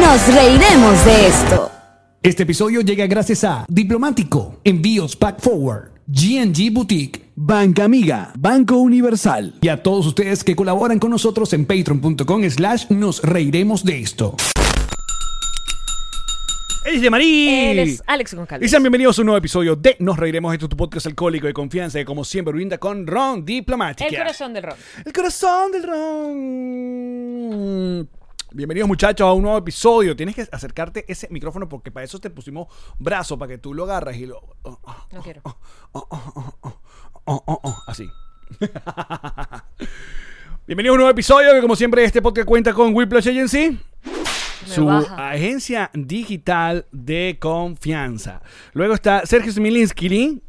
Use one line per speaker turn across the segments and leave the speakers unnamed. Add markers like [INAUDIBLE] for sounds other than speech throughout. Nos reiremos de esto.
Este episodio llega gracias a Diplomático, Envíos Pack Forward, GNG Boutique, Banca Amiga, Banco Universal y a todos ustedes que colaboran con nosotros en patreon.com slash nos reiremos de esto.
Él es de Marí.
Él es Alex
Y
Goncalves.
sean bienvenidos a un nuevo episodio de Nos Reiremos. Esto es tu podcast alcohólico de confianza que como siempre brinda con Ron Diplomática.
El corazón del rock.
El corazón del Ron. Bienvenidos muchachos a un nuevo episodio. Tienes que acercarte ese micrófono porque para eso te pusimos brazo, para que tú lo agarras y lo... oh, oh,
No quiero.
oh, oh, oh, así. Bienvenidos a un nuevo episodio que como siempre este podcast cuenta con Whiplash Agency.
Me
su
baja.
agencia digital de confianza. Luego está Sergio Smilinski,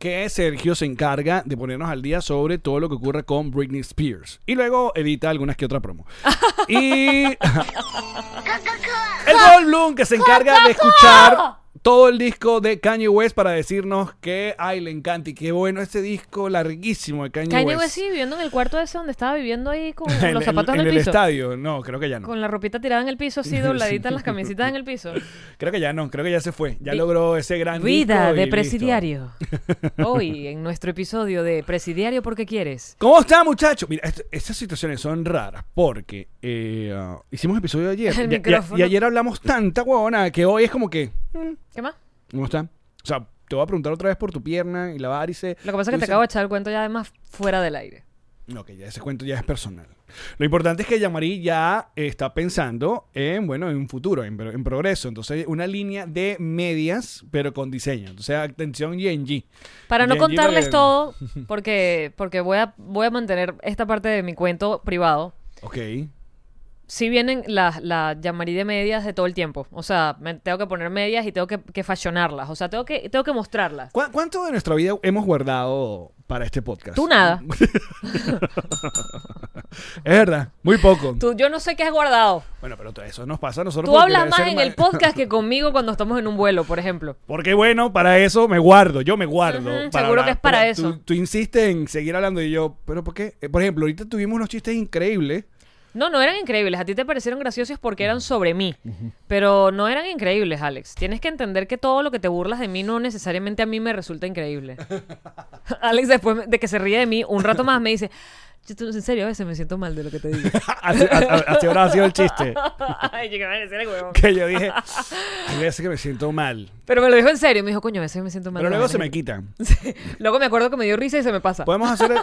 que Sergio se encarga de ponernos al día sobre todo lo que ocurre con Britney Spears. Y luego edita algunas que otra
[LAUGHS]
promo. y el Goldblum, que se encarga de escuchar todo el disco de Kanye West para decirnos que, ay, le encanta y qué bueno este disco larguísimo de Kanye,
Kanye West sigue viviendo en el cuarto ese donde estaba viviendo ahí
[LAUGHS]
con
En
los
el-
zapatos en,
en
el piso.
estadio, no, creo que ya no.
Con la ropita tirada en el
[LAUGHS]
piso, así dobladita en las camisitas en el piso.
Creo que ya no, creo que ya se fue. Ya
Vi-
logró ese gran disco
Vida
y
de
listo. [LAUGHS]
presidiario. Hoy en nuestro episodio de Presidiario porque quieres.
¿Cómo está, muchachos? Mira, est- estas situaciones son raras porque eh, ah, hicimos episodio ayer.
[LAUGHS] El
y, y-
micrófono.
y ayer hablamos tanta huevona que hoy es como que.
¿Qué más?
¿Cómo está? O sea, te voy a preguntar otra vez por tu pierna y la varice.
Lo que pasa es
Tú
que te
dices-
acabo de echar el cuento ya además fuera del aire.
No, que ya ese cuento ya es personal. Lo importante es que Yamari ya está pensando en, bueno, en un futuro, en, pro- en progreso. Entonces, una línea de medias, pero con diseño. Entonces, atención, YNG.
Para no
Genji lo
contarles
que-
todo,
[LAUGHS]
porque, porque voy, a, voy a mantener esta parte de mi cuento privado.
Ok.
sí vienen las la llamarí de medias de todo el tiempo. O sea, me, tengo que poner medias y tengo que, que fashionarlas. O sea, tengo que, tengo que mostrarlas.
¿Cu- ¿Cuánto de nuestra vida hemos guardado para este podcast?
Tú nada.
Es verdad, muy poco.
Tú, yo no sé qué has guardado.
Bueno, pero eso nos pasa a nosotros.
Tú
porque
hablas
debe
más
ser
en
ma-
el podcast que conmigo cuando estamos en un vuelo, por ejemplo.
Porque bueno, para eso me guardo, yo me guardo.
Ujú,
para
seguro que es para
pero
eso.
Tú, tú insistes en seguir hablando y yo, pero ¿por qué? Eh, Por ejemplo, ahorita tuvimos unos chistes increíbles.
[LAUGHS] No, no eran increíbles. A ti te parecieron graciosos porque eran sobre mí. Pero no eran increíbles, Alex. Tienes que entender que todo lo que te burlas de mí no necesariamente a mí me
[LAUGHS]
resulta increíble. Alex, después de que se ríe de mí, un rato más me dice, "Yo, tú, en serio, a veces me siento mal de lo que te digo. [LAUGHS]
Así a- así habrá sido el chiste.
Ay, yo que me voy a decir el huevón.
Que yo
[LAUGHS]
dije, hay veces que me siento mal.
Pero me lo dijo en serio. Me dijo, coño, a veces me siento mal.
Pero luego
Vale.
se me quita.
[LAUGHS] Sí. Luego me acuerdo que me dio risa y se me pasa.
Podemos hacer. el-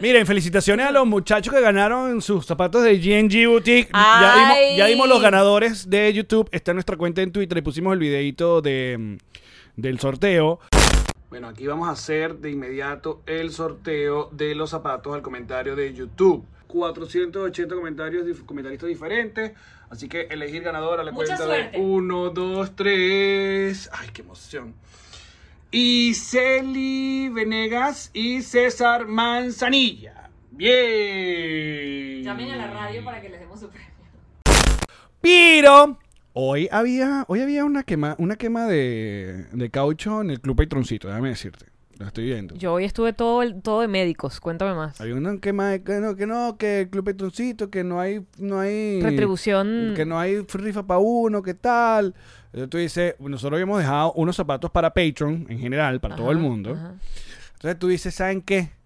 Miren, felicitaciones a los muchachos que ganaron sus zapatos de GNG Boutique. Ya
Ay.
dimos, ya dimos los ganadores de YouTube. Está en nuestra cuenta en Twitter y pusimos el videito de, mm, del sorteo. Bueno, aquí vamos a hacer de inmediato el sorteo de los zapatos al comentario de YouTube. 480 comentarios, dif- comentaristas diferentes. Así que elegir ganador a la
Mucha
cuenta
suerte.
de 1, 2, 3. ¡Ay, qué emoción! Y Celi Venegas y César Manzanilla. ¡Bien!
que les demos su premio.
Pero hoy había, hoy había una quema, una quema de, de caucho en el Club Patroncito, déjame decirte. Lo estoy viendo.
Yo hoy estuve todo, el, todo de médicos. Cuéntame más.
Había una quema de que no, que no, que el Club Patroncito, que no hay, no hay.
Retribución.
Que no hay rifa para uno, que tal. Entonces tú dices, nosotros habíamos dejado unos zapatos para Patreon en general, para todo el
Ajá,
mundo.
ajá.
Entonces tú dices, ¿saben qué?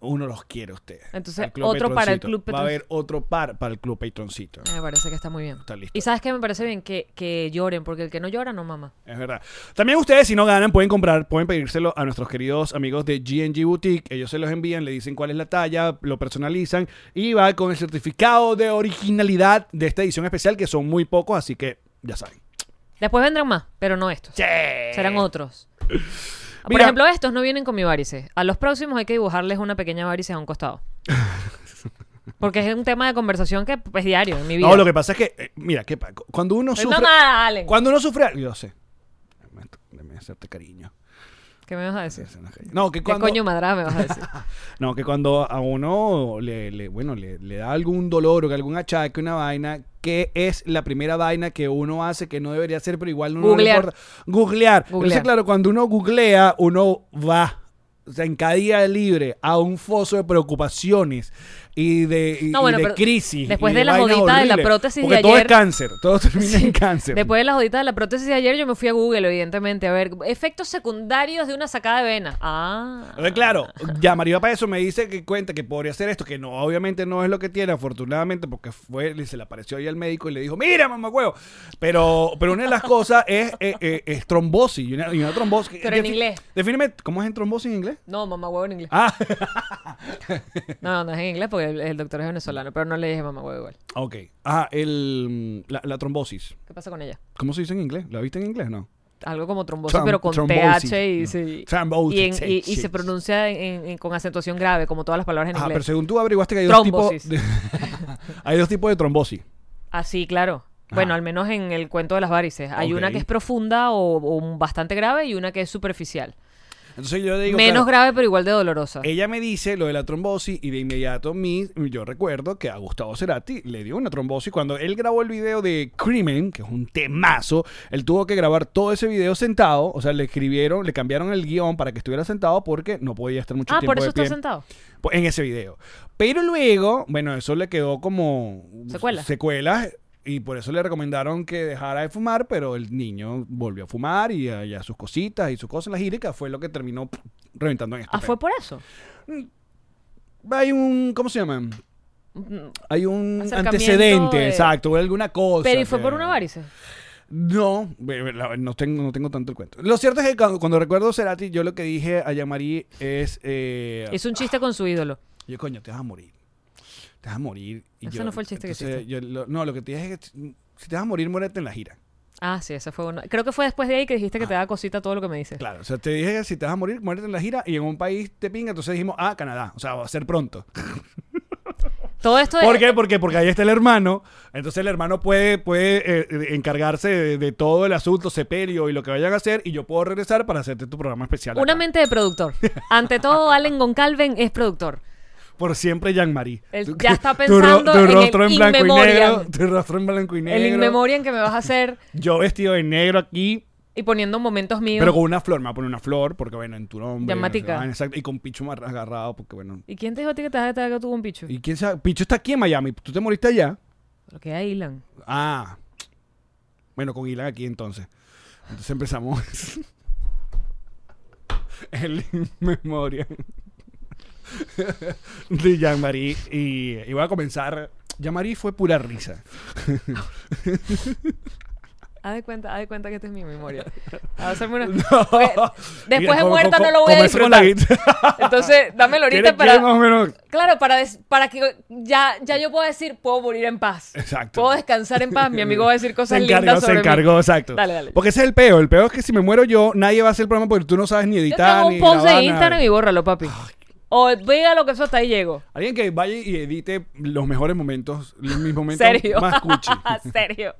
uno los quiere a ustedes.
Entonces,
Al Club
otro para el
Patroncito.
Club
Va a
Patroncito.
haber otro par para el Club Patroncito.
Eh, Me parece que está muy bien.
Está listo.
Y sabes que me parece bien que, que lloren, porque el que no llora no mama.
Es verdad. También ustedes, si no ganan, pueden comprar, pueden pedírselo a nuestros queridos amigos de GNG Boutique. Ellos se los envían, le dicen cuál es la talla, lo personalizan y va con el certificado de originalidad de esta edición especial, que son muy pocos, así que ya saben.
Después vendrán más, pero no estos.
[LAUGHS]
Serán otros. Por
Mira.
ejemplo, estos no vienen con mi varices. A los próximos hay que dibujarles una pequeña varices a un
[LAUGHS]
costado. Porque es un tema de conversación que es diario en mi vida. Pues,
No, lo que pasa es que, eh, mira, que pa- cuando uno
Es
sufre.
mamada, Ale.
Cuando uno sufre algo, yo sé. Déjame- Déjame hacerte cariño.
¿Qué me vas a decir?
No, que
¿Qué
cuando,
coño madrada me vas a
[LAUGHS]
decir?
no, que cuando a uno le, le- bueno, le, le da algún dolor o que algún achaque, una vaina, que es la primera vaina que uno hace que no debería hacer, pero igual uno
Googlear.
no le importa? Googlear. Entonces,
Googlear.
claro, cuando uno googlea, uno va. O sea, en cada día libre a un foso de preocupaciones y de, y-
No,
y
bueno,
de
pero
crisis.
después
y
de la
vainas
jodita de la
horribles.
prótesis
Porque
de
todo es
ayer-
cáncer. Todo
[LAUGHS]
termina en cáncer.
Después de la jodita de la prótesis de ayer, yo me fui a Google, evidentemente. A ver, efectos secundarios de una sacada de vena. Ah.
A ver, claro, ya María para eso me dice que cuenta que podría hacer esto, que no, obviamente no es lo que tiene, afortunadamente, porque fue, le- se le apareció ahí al médico y le dijo, mira, mamá huevo. Pero, pero una de las cosas es, eh, eh, es trombosis. Y una, y una trombosis.
Pero en
Defi-
inglés.
Defíneme, ¿cómo es en trombosis en inglés?
No, mamá huevo en inglés.
Ah, [LAUGHS]
No, no es en inglés porque el, el doctor es venezolano, pero no le dije mamá huevo igual.
ok. Ah, el, la, la trombosis.
¿Qué pasa con ella?
¿Cómo se dice en inglés? ¿La viste en inglés? No.
Algo como trombosis,
Trom-
pero con
trombosis.
TH y,
No.
sí.
Trombosis,
y, en- y- y
sí, sí.
se pronuncia en- en- con acentuación grave, como todas las palabras en
Ah, pero
inglés.
según tú averiguaste que hay dos, tipos
Trombosis.
de, [LAUGHS] hay dos tipos de trombosis.
Así, Ah, claro. Bueno, al menos en el cuento de las varices. Hay
Ah.
una
Ok.
que es profunda o, o bastante grave y una que es superficial.
Entonces yo digo...
Menos
claro,
grave, pero igual de dolorosa.
Ella me dice lo de la trombosis y de inmediato mi, yo recuerdo que a Gustavo Cerati le dio una trombosis cuando él grabó el video de Crimen, que es un temazo, él tuvo que grabar todo ese video sentado, o sea, le escribieron, le cambiaron el guión para que estuviera sentado porque no podía estar mucho
ah,
tiempo
por eso
de
está
pie
sentado.
pues, en ese video. Pero luego, bueno, eso le quedó como
Secuela.
secuelas y por eso le recomendaron que dejara de fumar, pero el niño volvió a fumar y a, y a sus cositas y sus cosas, las gíricas, fue lo que terminó pff, reventando en este esto.
Ah, fue por eso.
Hay un, ¿cómo se llama? Hay un
Acercamiento
antecedente,
de-
exacto, o alguna cosa.
Pero y fue
que-
por una varice.
No, be- la- no tengo, no tengo tanto el cuento. Lo cierto es que cuando, cuando recuerdo Cerati, yo lo que dije a Yamari es... eh,
Hizo un chiste con su ídolo.
Yo, coño, te vas a morir. Te vas a morir.
Ese
yo-
no fue el chiste que
entonces,
hiciste.
yo lo- no, lo que te dije es que si te vas a morir, muérete en la gira.
Ah, sí, esa fue una. Creo que fue después de ahí que dijiste que te da cosita todo lo que me dices.
Ah. Claro, o sea, te dije que si te vas a morir, muérete en la gira y en un país te pinga. Entonces dijimos, ah, Canadá. O sea, va a ser pronto.
Todo esto de-
¿Por qué? Porque, porque ahí está el hermano. Entonces el hermano puede, puede eh, encargarse de, de todo el asunto, sepelio y lo que vayan a hacer. Y yo puedo regresar para hacerte tu programa especial.
Una
acá.
mente
[LAUGHS]
de productor. Ante todo, Allen Goncalven es productor.
Por siempre, Jean-Marie.
Él
Tu-
ya
[LAUGHS]
está
tu ro-
pensando
tu
en el
rostro en
in
blanco y
memoriam.
negro. Tu rostro en blanco y negro.
El in memoriam que me vas a hacer
Yo vestido de negro aquí.
y poniendo momentos míos.
Pero con una flor, me va a poner una flor, porque bueno, en tu nombre.
Llamatica.
Ah, exacto. Y con Pichu más agarrado, porque bueno.
¿Y quién te dijo a ti que te vas a que tuvo un picho?
¿Y quién sabe? Pichu está aquí en Miami. ¿Tú te moriste allá?
Lo que hay, Ilan.
Ah. Bueno, con Ilan aquí entonces. Entonces empezamos. [LAUGHS] El in memoria de Jean-Marie. Y, y voy a comenzar. Jean-Marie fue pura
[LAUGHS]
risa.
Haz de cuenta, haz de cuenta que esta es
[LAUGHS]
mi memoria. A hacerme una... Porque
Mira,
Después de
co-
muerta
co-
no lo voy a
comienza con la
disfrutar. Entonces, dámelo
¿Quieres-
ahorita
quieres más o
para...
menos?
Claro, para, des- para que ya, ya yo pueda decir, puedo morir en paz.
Exacto.
Puedo descansar en paz. Mi amigo va a decir
[LAUGHS]
cosas
se encargó,
lindas sobre
se encargó,
mí.
exacto.
Dale, dale.
Porque ese es el peo. El peo es que si me muero yo, nadie va a hacer el programa porque tú no sabes ni
Yo
editar.
tengo
ni
un post
grabar
de
nada.
Instagram y bórralo, papi. O vea lo que eso hasta
[LAUGHS]
ahí llego.
Alguien que vaya y edite los mejores momentos, los-
[LAUGHS]
mis momentos
Serio.
más
[LAUGHS]
cuchi.
Ah, Serio.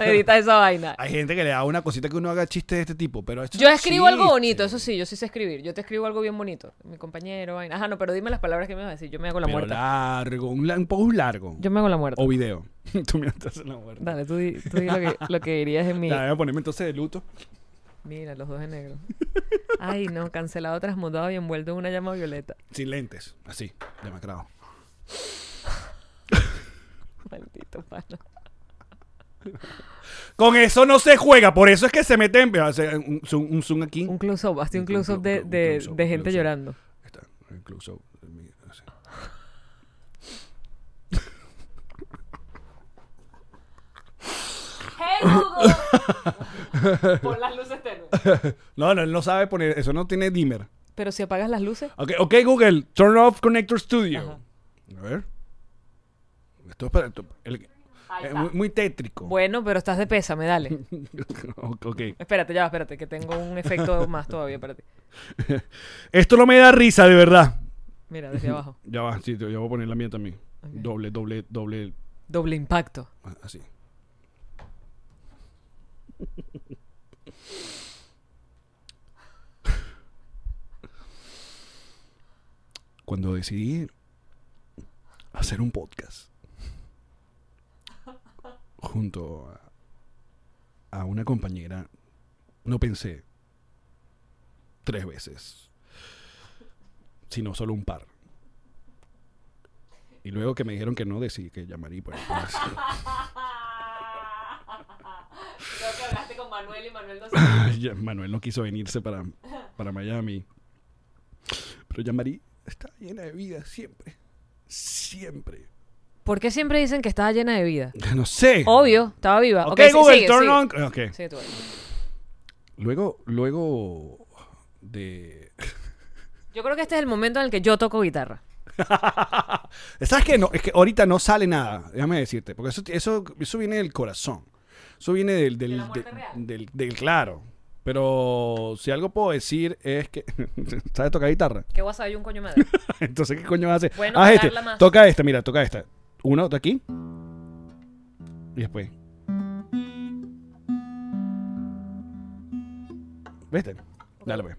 Edita esa vaina.
Hay gente que le da una cosita que uno haga chistes de este tipo, pero esto
Yo
es
escribo algo
chiste.
bonito, eso sí, yo sí sé escribir. Yo te escribo algo bien bonito. Mi compañero, vaina. Ajá, no, pero dime las palabras que me vas a decir. Yo me hago la
Pero Oh.
muerta.
largo, un, la- un post largo.
Yo me hago la muerta.
O video. [LAUGHS] tú me haces la muerte.
Dale, tú di, tú di lo, que, lo que dirías
[LAUGHS]
en mi.
Ya, voy a ponerme entonces de luto.
Mira, los dos de negro. Ay, no, cancelado, transmutado y envuelto en una llama violeta.
Sin lentes. Así, demacrado.
[LAUGHS] Maldito pana.
Con eso no se juega, por eso es que se meten. Voy a hacer Un, zoom- un zoom aquí.
Un close-up, así un
Un close-up,
close-up de,
un
de,
close-up,
de
un
gente
close-up.
llorando.
Está, incluso mi
Por las luces tenues.
No, no, él no sabe poner. Eso no tiene dimmer.
Pero si apagas las luces.
Ok, ok, Google, turn off Connector Studio. A ver. Esto es para. esto- el-
Ahí
eh,
está.
muy, muy tétrico.
Bueno, pero estás de pésame, dale.
[LAUGHS]
[LAUGHS]
ok.
Espérate, ya, va, espérate, que tengo un [LAUGHS] efecto más todavía, espérate.
Esto no me da risa, de verdad.
Mira, [LAUGHS] desde abajo.
Ya va, sí, te- yo voy a poner la mía también. Doble, doble, doble.
Doble impacto.
Así. Cuando decidí hacer un podcast junto a, a una compañera, no pensé tres veces, sino solo un par. Y luego que me dijeron que no, decidí que llamaría. Pues,
Creo que hablaste con Manuel y Manuel no
[LAUGHS] Ya, Manuel no quiso venirse para, para Miami. Pero ya Marí está llena de vida siempre. Siempre.
¿Por qué siempre dicen que estaba llena de vida?
No sé.
Obvio, estaba viva.
Ok,
Ok, sí,
Google,
sigue,
turn
sigue.
on. Ok.
Sigue tú.
Luego, luego de.
Yo creo que este es el momento en el que yo toco guitarra.
¿Sabes qué? No, es que ahorita no sale nada, déjame decirte. Porque eso, eso, eso viene del corazón. Eso viene del, del, de- del- del claro. Pero si algo puedo decir es que. [LAUGHS] ¿Sabes tocar guitarra?
¿Qué WhatsApp y un
[LAUGHS]
coño madre?
Entonces, ¿qué coño hace?
Bueno,
Haz este.
tocarla más.
Toca esta, mira, toca esta. Uno, de aquí. Y después. ¿Viste? Dale, pues.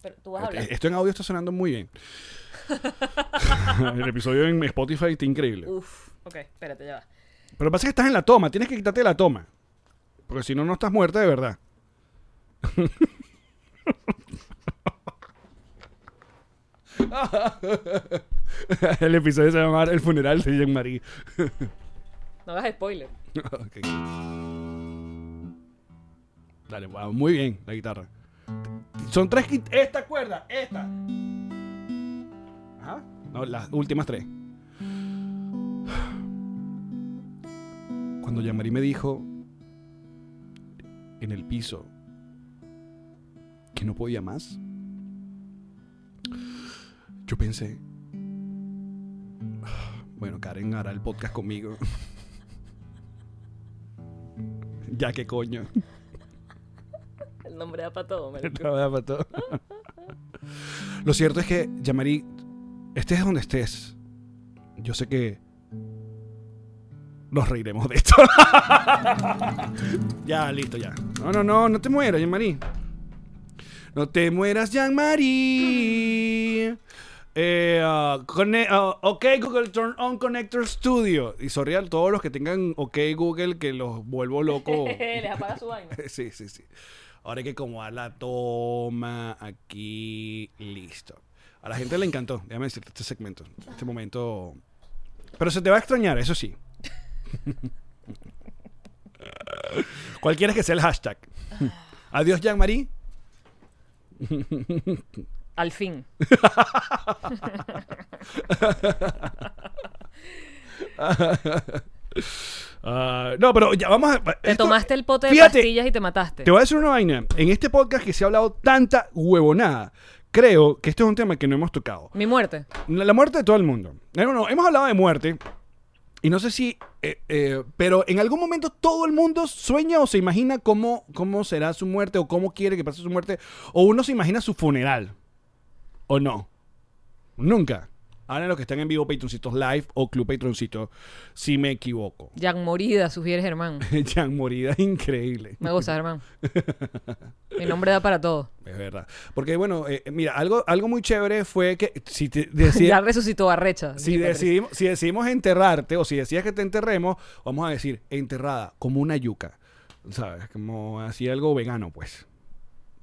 Pero tú vas a hablar.
Eh, Esto en audio está sonando muy bien. [LAUGHS] El episodio en Spotify está increíble.
Uf, ok, espérate, ya va.
Pero lo que pasa es que estás en la toma, tienes que quitarte la toma. Porque si no, no estás muerta de verdad. [LAUGHS] El episodio se va a llamar El funeral de Jean-Marie.
No hagas spoiler.
[LAUGHS] Ok. Dale, wow, muy bien la guitarra. Son tres guit- Esta cuerda, esta. Ajá. No, las últimas tres. Cuando Yamari me dijo en el piso que no podía más, yo pensé, "Ah, bueno, Karen hará el podcast conmigo. [LAUGHS] Ya que coño.
El nombre da para todo, me [LAUGHS]
No, da pa' todo. [LAUGHS] Lo cierto es que, Yamari, estés donde estés, yo sé que nos reiremos de esto. [LAUGHS] ya, listo, ya. No, no, no, no te mueras, Yamari. No te mueras, Yamari. Eh, ah, conne- ah, ok Google, turn on Connector Studio. Y sorry a todos los que tengan Ok Google que los vuelvo [LAUGHS] loco.
Les apaga su vaina.
[LAUGHS] Sí, sí, sí. Ahora hay que acomodar la toma aquí. Listo. A la gente le encantó, déjame decirte, este segmento, este momento. Pero se te va a extrañar, eso sí. [LAUGHS] Cualquiera que sea el hashtag. Adiós, Jean-Marie.
Al fin.
Ah, no, pero ya vamos a.
Te
esto-
tomaste el pote de
Fíjate,
pastillas y te mataste.
Te voy a decir una vaina. En este podcast que se ha hablado tanta huevonada, creo que este es un tema que no hemos tocado.
Mi muerte.
La, la muerte de todo el mundo. No, no, hemos hablado de muerte. Y no sé si. eh, eh, pero en algún momento todo el mundo sueña o se imagina cómo, cómo será su muerte o cómo quiere que pase su muerte. O uno se imagina su funeral. ¿O no? Nunca. Ahora los que están en vivo, Patroncitos Live o Club Patroncito, si me equivoco. [LAUGHS]
Jan Morida, sugiere Germán.
Jan Morida, increíble.
Me
[LAUGHS]
gusta, Germán. Mi nombre da para todo.
Es verdad. Porque bueno, eh, mira, algo, algo muy chévere fue que si te decía-
[LAUGHS] Ya resucitó a Recha.
Si decidimos, si decidimos enterrarte o si decías que te enterremos, vamos a decir enterrada, como una yuca. ¿Sabes? Como así algo vegano, pues.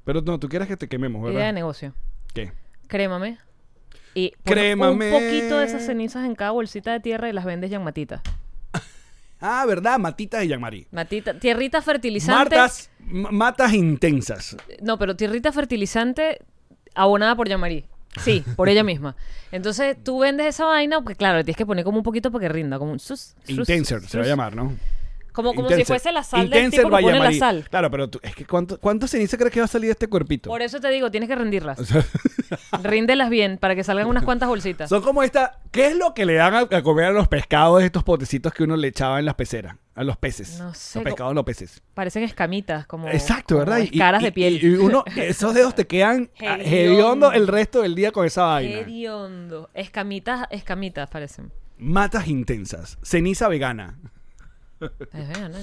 Pero no, tú quieres que te quememos,
Idea de
¿verdad?
negocio.
¿Qué?
Crémame. Y pon
Crémame.
un poquito de esas cenizas en cada bolsita de tierra y las vendes ya en matita.
Ah, ¿verdad? Matitas de Yamari.
Matita, tierrita fertilizante.
Matas, m- matas intensas.
No, pero tierrita fertilizante abonada por Yamarí. Sí, por ella misma. Entonces tú pues vendes esa vaina, porque claro, le tienes que poner como un poquito para que rinda, como un sus. sus,
Intenser, se va a
sus.
llamar, ¿no?
Como, como si
Intenser.
fuese la sal del
Intenser
tipo que pone la
Guayamarí.
sal.
Claro, pero tú, es que ¿cuánto, ¿cuánto ceniza crees que va a salir de este cuerpito?
Por eso te digo, tienes que rendirlas.
[LAUGHS]
Ríndelas bien para que salgan unas cuantas bolsitas.
Son como esta. ¿Qué es lo que le dan a, a comer a los pescados estos potecitos que uno le echaba en las peceras? A los peces.
No sé,
Los
co-
pescados, los peces.
Parecen escamitas, como.
Exacto,
como
¿verdad? Y-
Caras
y-
de piel.
Y, y uno,
[LAUGHS]
esos dedos te quedan ah, hediondo el resto del día con esa vaina.
Hediondo. Escamitas, escamitas parecen.
Matas intensas. Ceniza vegana.
Es
[LAUGHS]
vegana.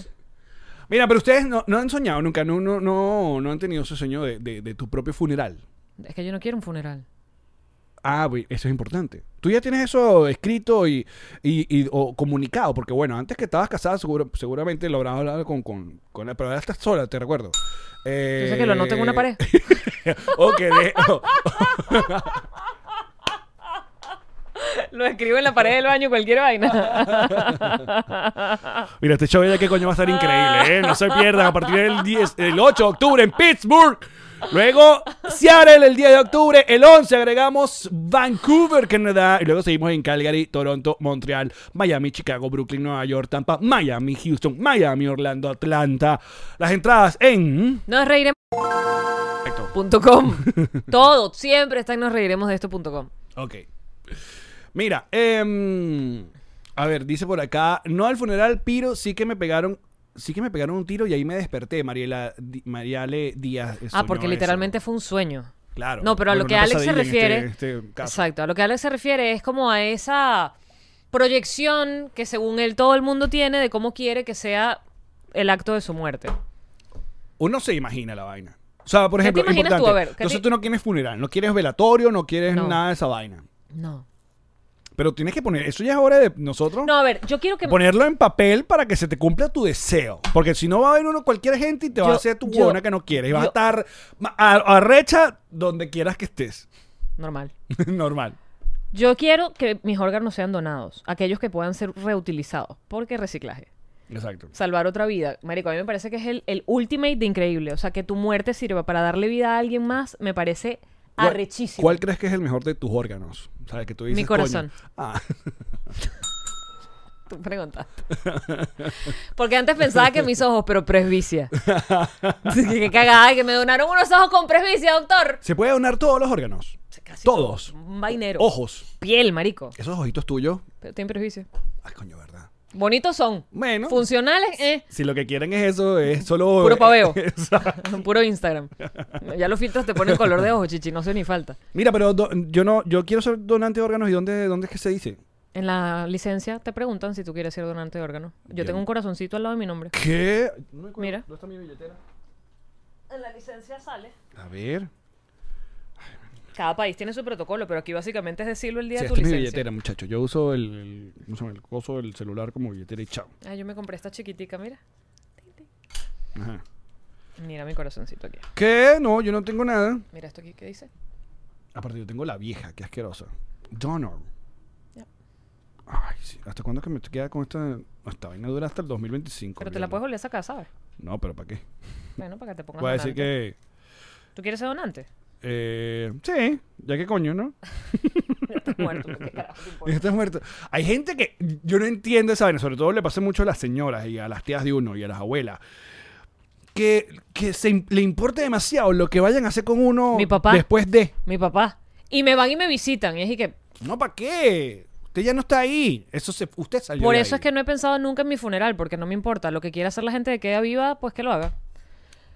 Mira, pero ustedes no, no han soñado nunca, no, no, no, no han tenido ese sueño de, de- de tu propio funeral.
Es que yo no quiero un funeral.
Ah, güey, eso es importante. Tú ya tienes eso escrito y, y- y- o comunicado, porque bueno, antes que estabas casada, seguro, seguramente lo habrás hablado con, con, con la. Pero ahora estás sola, te recuerdo. Eh,
Yo sé que lo anoto en una
[LAUGHS]
pared.
o que
[LAUGHS]
de- oh, o-
Lo escribo en la pared del baño, cualquier
[LAUGHS]
vaina.
Mira, este show ya que coño va a estar increíble, ¿eh? No se pierdan a partir del 10, el 8 de octubre en Pittsburgh. Luego Seattle el 10 de octubre, el 11 agregamos Vancouver, Canadá, y luego seguimos en Calgary, Toronto, Montreal, Miami, Chicago, Brooklyn, Nueva York, Tampa, Miami, Houston, Miami, Orlando, Atlanta. Las entradas en
Nos reiremos. Punto com.
[LAUGHS]
Todo, siempre está en nos reiremos de esto.com.
Ok. Mira, em, a ver, dice por acá, no al funeral, Piro, sí que me pegaron, sí que me pegaron un tiro y ahí me desperté, Mariela, Di- Mariale Díaz. eh,
Ah,
soñó
porque
eso.
literalmente fue un sueño.
Claro.
No, pero a
Bueno,
lo que
una
Alex se
pesadilla en
refiere.
este- este caso.
exacto, a lo que Alex se refiere es como a esa proyección que según él todo el mundo tiene de cómo quiere que sea el acto de su muerte.
Uno se imagina la vaina. O sea, por
¿Qué te
ejemplo,
imaginas tú?
importante,
A ver, ¿qué te-
entonces tú no quieres funeral, no quieres velatorio, no quieres
No.
nada de esa vaina.
No.
Pero tienes que poner, eso ya es hora de nosotros
No, a ver, yo quiero que
ponerlo en papel para que se te cumpla tu deseo. Porque si no va a venir uno cualquier gente y te va a
Yo-
hacer tu
yo-
buena que no quieres. Y vas a
yo-
estar ma- a- arrecha donde quieras que estés. [LAUGHS]
normal.
Normal.
Yo quiero que mis órganos sean donados, aquellos que puedan ser reutilizados, porque reciclaje.
Exacto.
Salvar otra vida. Marico, a mí me parece que es el, el ultimate de increíble. O sea, que tu muerte sirva para darle vida a alguien más, me parece
¿Cuál-
arrechísimo.
¿Cuál crees que es el mejor de tus órganos? O sea, el que tú dices,
Mi corazón.
coño. Ah, [LAUGHS]
Tú preguntaste. Porque antes pensaba que mis ojos, pero presbicia. Qué cagada, que me donaron unos ojos con presbicia, doctor.
¿Se puede donar todos los órganos?
Casi
Todos.
Un vainero.
Ojos.
Piel, marico.
Esos ojitos tuyos.
Pero tienen presbicia.
Ay, coño, ¿verdad?
Bonitos son.
Bueno.
Funcionales, eh.
Si lo que quieren es eso, es solo...
Puro paveo.
[LAUGHS] Exacto.
[LAUGHS] Puro Instagram. Ya los filtros te ponen color de ojo, chichi. No sé ni falta.
eh, Mira, pero do- yo no, yo quiero ser donante de órganos. ¿Y dónde, dónde es que se dice?
En la licencia te preguntan si tú quieres ser donante de órgano. Yo tengo un corazoncito al lado de mi nombre.
¿Qué?
Mira.
¿Dónde está mi billetera?
En la licencia sale.
A ver.
Cada país tiene su protocolo, pero aquí básicamente es decirlo el día
Sí,
de
esta
tu
es mi
licencia.
billetera, muchacho. Yo uso el, el, ¿cómo se llama? el coso del celular como billetera y chao.
Ah, yo me compré esta chiquitica, mira.
Ajá.
Mira mi corazoncito aquí.
¿Qué? No, yo no tengo nada.
Mira esto aquí, ¿qué dice?
Aparte, yo tengo la vieja, que asquerosa. Donor.
Ya.
Ay, sí. ¿Hasta cuándo es que me queda con esta? Esta vaina dura hasta el 2025.
Pero te la
olvídalo.
puedes volver a sacar, ¿sabes?
No, pero ¿para qué?
Bueno, para que te pongas
Voy a decir
donante.
que.
¿Tú quieres
[LAUGHS]
ser donante?
eh, sí, ya que coño, ¿no?
Ya estás muerto, ¿qué carajo te
Y
importa?
estás muerto. Hay gente que yo no entiendo esa vaina, sobre todo le pasa mucho a las señoras y a las tías de uno y a las abuelas. Que, que se, im- le importa demasiado lo que vayan a hacer con uno
Mi papá.
después de.
Mi papá. Y me van y me visitan. Y es y que...
No, ¿para qué? Usted ya no está ahí. Eso se, usted salió.
Por
de
eso
ahí.
es que no he pensado nunca en mi funeral, porque no me importa. Lo que quiera hacer la gente que queda viva, pues que lo haga.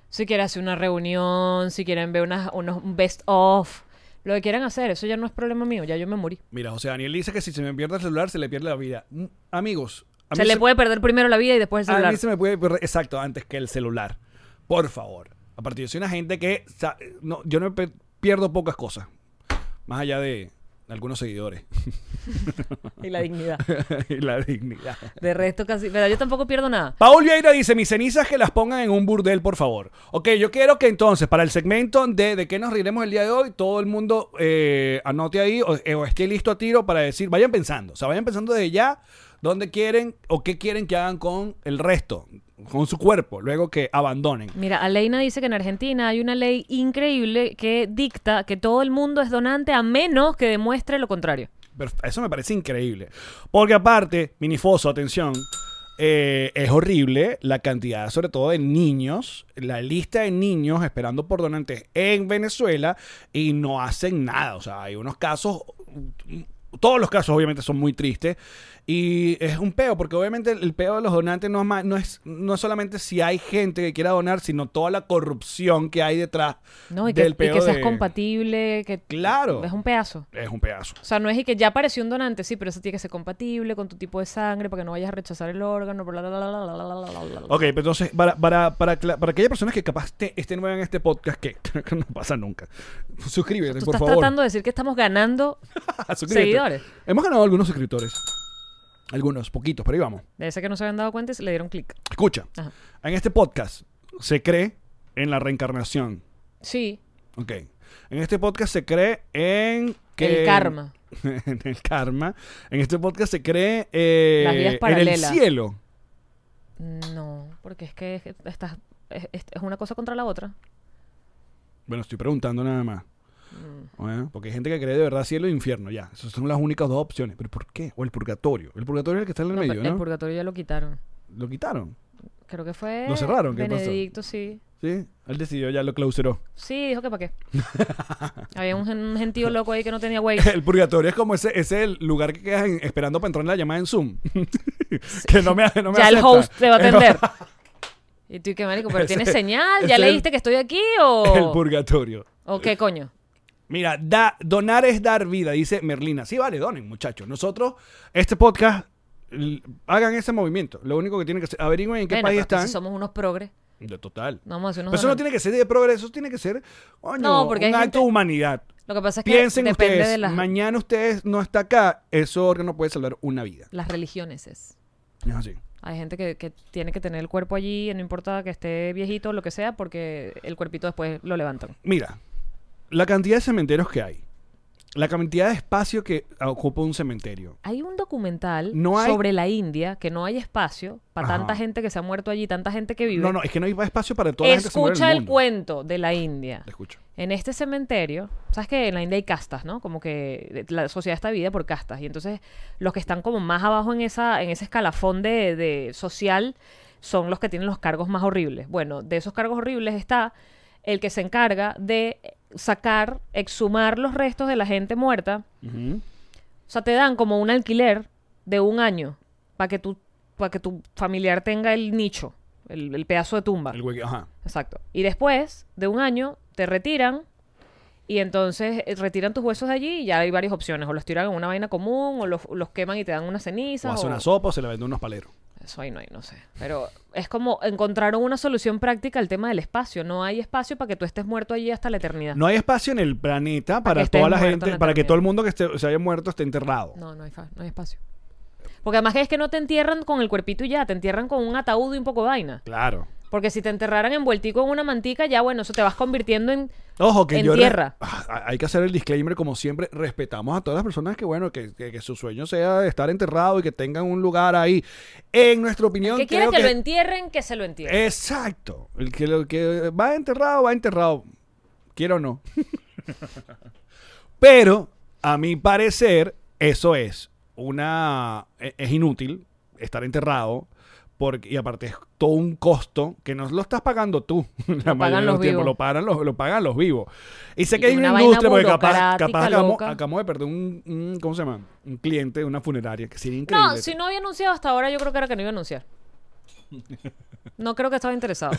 Si quieren hacer una reunión, si quieren ver unas, unos un best of, lo que quieran hacer, eso ya no es problema mío, ya yo me morí.
Mira, José Daniel dice que si se me pierde el celular, se le pierde la vida. Mm, Amigos. a
Se
mí
le puede perder primero la vida y después el
A
celular.
mí se me puede perder, exacto, antes que el celular. Por favor. Aparte, yo soy una gente que. sa- No, yo no pe- pierdo pocas cosas. Más allá de algunos seguidores
Y la dignidad.
[LAUGHS] y la dignidad.
De resto casi... Pero yo tampoco pierdo nada.
Paul Vieira dice, mis cenizas que las pongan en un burdel, por favor. Ok, yo quiero que entonces, para el segmento de de qué nos riremos el día de hoy, todo el mundo eh, anote ahí o, eh, o esté listo a tiro para decir, vayan pensando, o sea, vayan pensando desde ya dónde quieren o qué quieren que hagan con el resto, con su cuerpo, luego que abandonen.
Mira, Aleina dice que en Argentina hay una ley increíble que dicta que todo el mundo es donante a menos que demuestre lo contrario.
Pero eso me parece increíble. Porque aparte, Minifoso, atención, eh, es horrible la cantidad, sobre todo de niños, la lista de niños esperando por donantes en Venezuela y no hacen nada. O sea, hay unos casos, todos los casos obviamente son muy tristes y es un peo, porque obviamente el peo de los donantes no es, ma- no es, no es solamente si hay gente que quiera donar, sino toda la corrupción que hay detrás
No, y que,
del
y que
peo.
seas
de-
compatible, que
Claro.
es un pedazo.
Es un pedazo.
O sea, no es y que ya apareció un donante, sí, pero eso tiene que ser compatible con tu tipo de sangre para que no vayas a rechazar el órgano, bla, bla, bla, bla, bla, bla, bla, bla, bla.
Ok, pero entonces, para, para, para, cla- para aquellas personas que capaz te- estén nuevas en este podcast, que [LAUGHS] no pasa nunca, suscríbete,
Tú
por
estás
favor.
tratando de decir que estamos ganando
[LAUGHS] Suscríbete.
seguidores.
Hemos ganado algunos suscriptores. Algunos, poquitos, pero ahí vamos.
De ese que no se habían dado cuenta y se le dieron clic.
Escucha,
Ajá.
en este podcast se cree en la reencarnación.
Sí,
Ok. En este podcast se cree en que...
el karma.
[LAUGHS] en el karma. En este podcast se cree eh,
Las vidas
en el
paralelas.
cielo.
No, porque es que es- estás, es, es- es una cosa contra la otra.
Bueno, estoy preguntando nada más. Bueno, porque hay gente que cree de verdad cielo e infierno, ya. Esas son las únicas dos opciones. ¿Pero por qué? O el purgatorio. El purgatorio es el que está en el
No,
medio,
pero
¿no?
El purgatorio ya lo quitaron.
Lo quitaron,
Creo que fue.
¿Lo cerraron? ¿Qué pasó?
Benedicto, sí.
¿sí? Él decidió, ya lo clausuró.
Sí, dijo que para qué. Había un, gen- un gentío loco ahí que no tenía Waze.
[LAUGHS] El purgatorio es como ese, ese el lugar que quedas en- esperando para entrar en la llamada en Zoom. [LAUGHS] [LAUGHS] que no me, no me
ya el
acepta.
host te va a
Es
atender. y tú, qué
[LAUGHS]
marico, pero tienes señal, ya
ese-
leíste que estoy aquí
[LAUGHS] El
o.
purgatorio.
¿O qué coño?
Mira, da- donar es dar vida, dice Merlina. Sí, vale, donen, muchachos. Nosotros, este podcast, l- hagan ese movimiento. Lo único que tienen que hacer, averigüen en qué
Bueno,
país
pero es que
están.
si somos unos progres.
De total.
No vamos a hacer unos
Pero eso no
donan-
tiene que ser de progreso, tiene que ser coño,
No, porque
un
hay
acto de
gente-
humanidad.
Lo que pasa es que
Piensen
depende
ustedes,
de las,
mañana ustedes no está acá, ese órgano puede salvar una vida.
las religiones. Es.
Es así.
Hay gente que, que tiene que tener el cuerpo allí, no importa que esté viejito o lo que sea, porque el cuerpito después lo levantan.
Mira, la cantidad de cementerios que hay, la cantidad de espacio que ocupa un cementerio.
Hay un documental
No hay-
sobre la India que no hay espacio para
Ajá.
tanta gente que se ha muerto allí, tanta gente que vive.
No, no, es que no hay espacio para toda la gente que se muere en
Escucha
el
el,
mundo.
cuento de la India.
Te escucho.
En este cementerio, sabes que en la India hay castas, ¿no? Como que eh, la sociedad está dividida por castas. Y entonces los que están como más abajo en esa, en ese escalafón de, de social son los que tienen los cargos más horribles. Bueno, de esos cargos horribles está el que se encarga de sacar, exhumar los restos de la gente muerta.
Ujú.
O sea, te dan como un alquiler de un año para que tu, para que tu familiar tenga el nicho, el, el pedazo de tumba.
El hueque, ajá.
Exacto. Y después de un año te retiran y entonces eh, retiran tus huesos de allí y ya hay varias opciones. O los tiran en una vaina común o los, los queman y te dan unas
O
cenizas.
hace
o-
una sopa o se la vende unos paleros.
Eso ahí no hay, no sé. Pero es como encontraron una solución práctica al tema del espacio. No hay espacio para que tú estés muerto allí hasta la eternidad.
No hay espacio en el planeta para,
estés
toda la
muerto en
gente,
la
para que
eternidad.
todo el mundo que esté- se haya muerto esté enterrado.
No, no hay, fa- no hay espacio. Porque además es que no te entierran con el cuerpito y ya, te entierran con un ataúd y un poco de vaina.
Claro.
Porque si te enterraran envueltico en una mantica, ya bueno, eso te vas convirtiendo en...
Ojo, que
En
yo. re-
tierra.
Ah, Hay que hacer el disclaimer, como siempre. Respetamos a todas las personas que, bueno, que, que- que su sueño sea estar enterrado y que tengan un lugar ahí. En nuestra opinión,
Que quiera
creo
que, lo entierren, que se lo entierren.
Exacto. El que, lo que va enterrado, va enterrado. Quiero o
[LAUGHS]
no. Pero, a mi parecer, eso es una. e- Es inútil estar enterrado. Porque, y aparte es todo un costo que no lo estás pagando tú. [LAUGHS] La
pagan
mayoría de
los
los tiempos
vivos.
lo pagan los, lo pagan los vivos. Y sé que
Y
hay una,
una vaina
industria, porque capaz,
burocrática
capaz acabamos,
loca.
acabamos de perder un, un- ¿Cómo se llama? Un cliente de una funeraria, que sería increíble.
No, si no había anunciado hasta ahora, yo creo que era que no iba
[LAUGHS]
a anunciar. No creo que estaba interesado.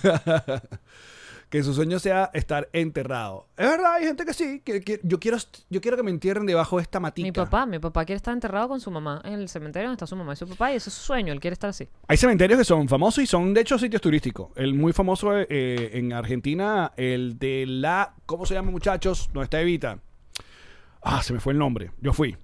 que su sueño sea estar enterrado. Es verdad, hay gente que sí, que, que- yo, quiero, est- yo quiero que me entierren debajo de esta matita.
mi papá, mi papá quiere estar enterrado con su mamá en el cementerio donde está su mamá y su papá, y ese es su sueño, él quiere estar así.
Hay cementerios que son famosos y son de hecho sitios turísticos. El muy famoso eh, en Argentina, el de la... ¿Cómo se llama muchachos? Donde está Evita. Ah, se me fue el nombre. Yo fui.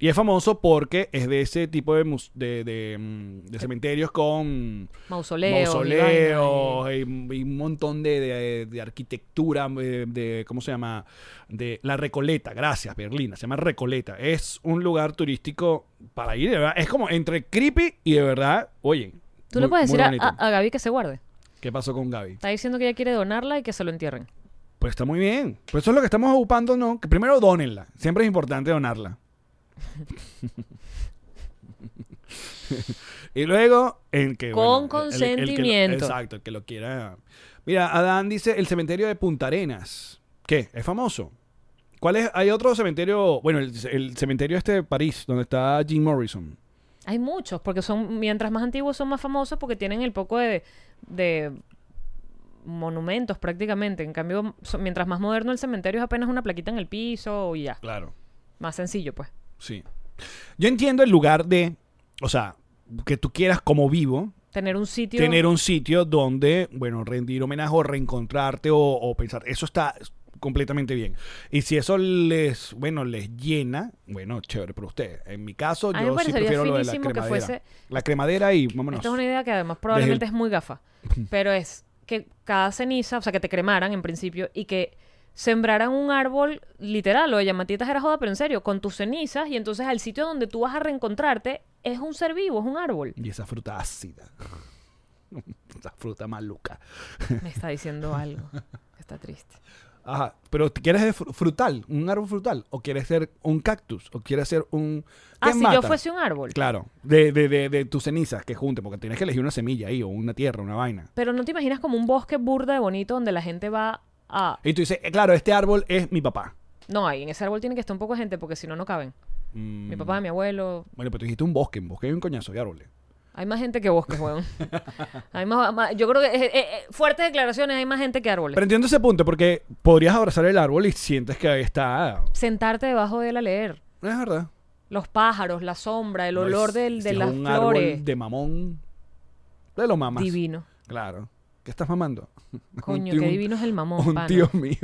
Y es famoso porque es de ese tipo de, mus- de, de, mm,
Eh,
de cementerios con...
Mausoleos. y
mausoleos
vaina,
y, y un montón de, de- de arquitectura, de, de- ¿cómo se llama? De la Recoleta, gracias, Berlina, se llama Recoleta. Es un lugar turístico para ir, de verdad. Es como entre creepy y de verdad, oye.
y- Tú le
muy-
puedes
muy
decir a,
bonito.
a- a Gaby que se guarde.
¿Qué pasó con Gaby?
Está diciendo que ella quiere donarla y que se lo entierren.
Pues está muy bien. Pues eso es lo que estamos ocupando, ¿no? Que primero donenla. Siempre [LAUGHS] es importante donarla. Y luego, el que.
Con
el- el- el que lo-
consentimiento.
exacto, el que lo quiera. Mira, Adán dice: el cementerio de Punta Arenas. ¿Qué? ¿Es famoso? ¿Cuál es? Hay otro cementerio. Bueno, el, el cementerio este de París, donde está Jim Morrison.
Hay muchos, porque son mientras más antiguos son más famosos porque tienen el poco de, de monumentos prácticamente. En cambio, so- mientras más moderno el cementerio es apenas una plaquita en el piso y ya.
Claro.
Más sencillo, pues.
Sí. Yo entiendo el lugar de. O sea, que tú quieras como vivo,
Tener un sitio.
tener un sitio donde, bueno, rendir homenaje o reencontrarte o, o pensar. Eso está completamente bien. Y si eso les, bueno, les llena, bueno, chévere para ustedes. En mi caso,
A mí me
yo sí
parecería
prefiero lo de la
finísimo que
cremadera.
fuese-
La cremadera y vámonos.
Esta es una idea que además probablemente es muy gafa. Pero es que cada ceniza, o sea, que te cremaran en principio y que sembraran un árbol literal, o de llamatitas era joda, pero en serio, con tus cenizas y entonces al sitio donde tú vas a reencontrarte es un ser vivo, es un
[LAUGHS]
árbol.
Y esa fruta ácida. [LAUGHS] esa fruta maluca.
Me está diciendo algo. Está triste.
Ajá. Pero ¿te ¿quieres ser fru- frutal? ¿Un árbol frutal? ¿O quieres ser un cactus? ¿O quieres ser un...
Ah,
¿Qué
si yo
mata?
fuese un árbol.
Claro, de, de, de, de tus cenizas que junte, porque tienes que elegir una semilla ahí o una tierra, una vaina.
Pero no te imaginas como un bosque burda de bonito donde la gente va a.
Y tú dices, eh, claro, este árbol es mi papá.
No, ahí en ese árbol tiene que estar un poco de gente porque si no, no caben.
Mm,
Mi papá, mi abuelo.
Bueno, pero tú dijiste un bosque, en bosque hay un coñazo de árboles.
Hay más gente que bosques,
[LAUGHS]
weón. hay más, más- yo creo que. eh, eh, eh, fuertes declaraciones, hay más gente que árboles.
Pero entiendo ese punto, porque podrías abrazar el árbol y sientes que ahí está.
Sentarte debajo de él a leer.
No es verdad.
Los pájaros, la sombra, el
No,
olor
es-
del- de
si es
las
un
flores.
árbol de mamón. De los mamás.
Divino.
Claro. ¿Qué estás mamando?
Coño,
tío-
qué divino es el mamón,
Un
pana.
tío mío.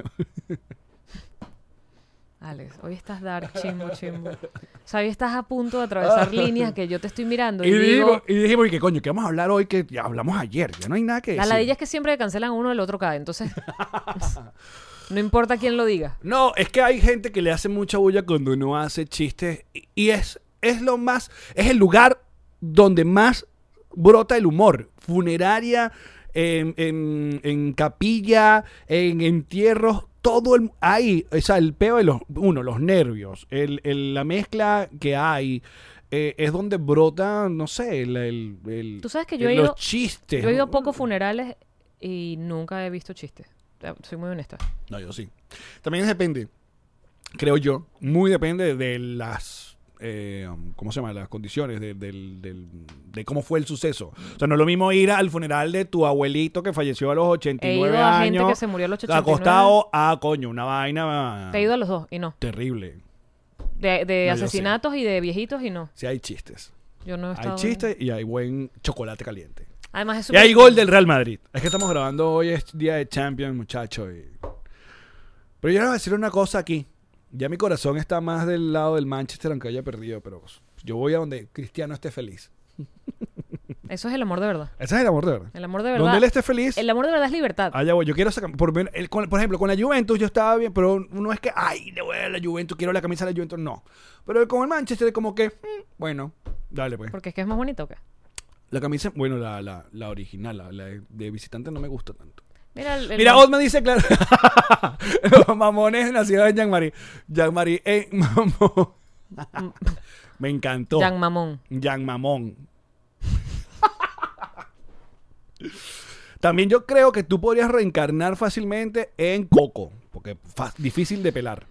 Alex, hoy estás dark, chimbo, chimbo. O sea, hoy estás a punto
[LAUGHS]
de atravesar líneas que yo te estoy mirando.
Y,
Y, digo,
digo- y dijimos, ¿y qué coño? ¿Qué vamos a hablar hoy? Que ya hablamos ayer. Ya no hay nada que
la
decir.
ladilla es que siempre cancelan uno, el otro
[LAUGHS]
cae. Entonces, no importa quién lo diga.
No, es que hay gente que le hace mucha bulla cuando uno hace chistes y- y es, es lo más, es el lugar donde más brota el humor. Funeraria, en, en- en capilla, en entierros, todo el... Ahí, o sea, el peo de los... Uno, los nervios, el- el- la mezcla que hay. eh, es donde brota, no sé, el, el- el-
Tú sabes que yo he
los
ido-
chistes.
Yo he ido a pocos funerales y nunca he visto chistes. O sea, Soy muy honesta.
No, yo sí. También depende, creo yo, muy depende de las. eh, ¿Cómo se llama? Las condiciones de, del- del- de cómo fue el suceso. O sea, no es lo mismo ir al funeral de tu abuelito que falleció a los
He
89
ido a
años.
gente que se murió a los 89.
Acostado a coño, una vaina.
Te he ido a los dos y no.
Terrible.
De, de
No, yo sí.
asesinatos y de viejitos y no.
Si hay chistes.
Yo no he
Hay
estado...
chistes y hay buen chocolate caliente.
Además es
Y
súper...
hay gol del Real Madrid. Es que estamos grabando hoy, es día de Champions, muchachos. y- Pero yo les voy a decir una cosa aquí. Ya mi corazón está más del lado del Manchester, aunque haya perdido, pero yo voy a donde Cristiano esté feliz.
Eso es el amor de verdad.
Ese es el amor de verdad.
El amor de verdad...
Donde él esté feliz,
El amor de verdad es libertad.
allá voy. Yo quiero sacar. Por, ver- el- con- por ejemplo, con la Juventus yo estaba bien, pero no es que, ay, le voy a la Juventus, quiero la camisa de la Juventus, no. Pero con el Manchester, como que, mm, bueno, dale pues.
Porque es que es más bonito que...
La camisa, bueno, la, la, la original, la, la de- de visitante no me gusta tanto.
Mira, el- el-
Mira, Otman dice, claro. [LAUGHS] los mamones nacidos en Jean-Marie. Jean-Marie en mamón. Me encantó.
Jan Mamón.
Jean Mamón. También yo creo que tú podrías reencarnar fácilmente en Coco, porque es fa- difícil de pelar.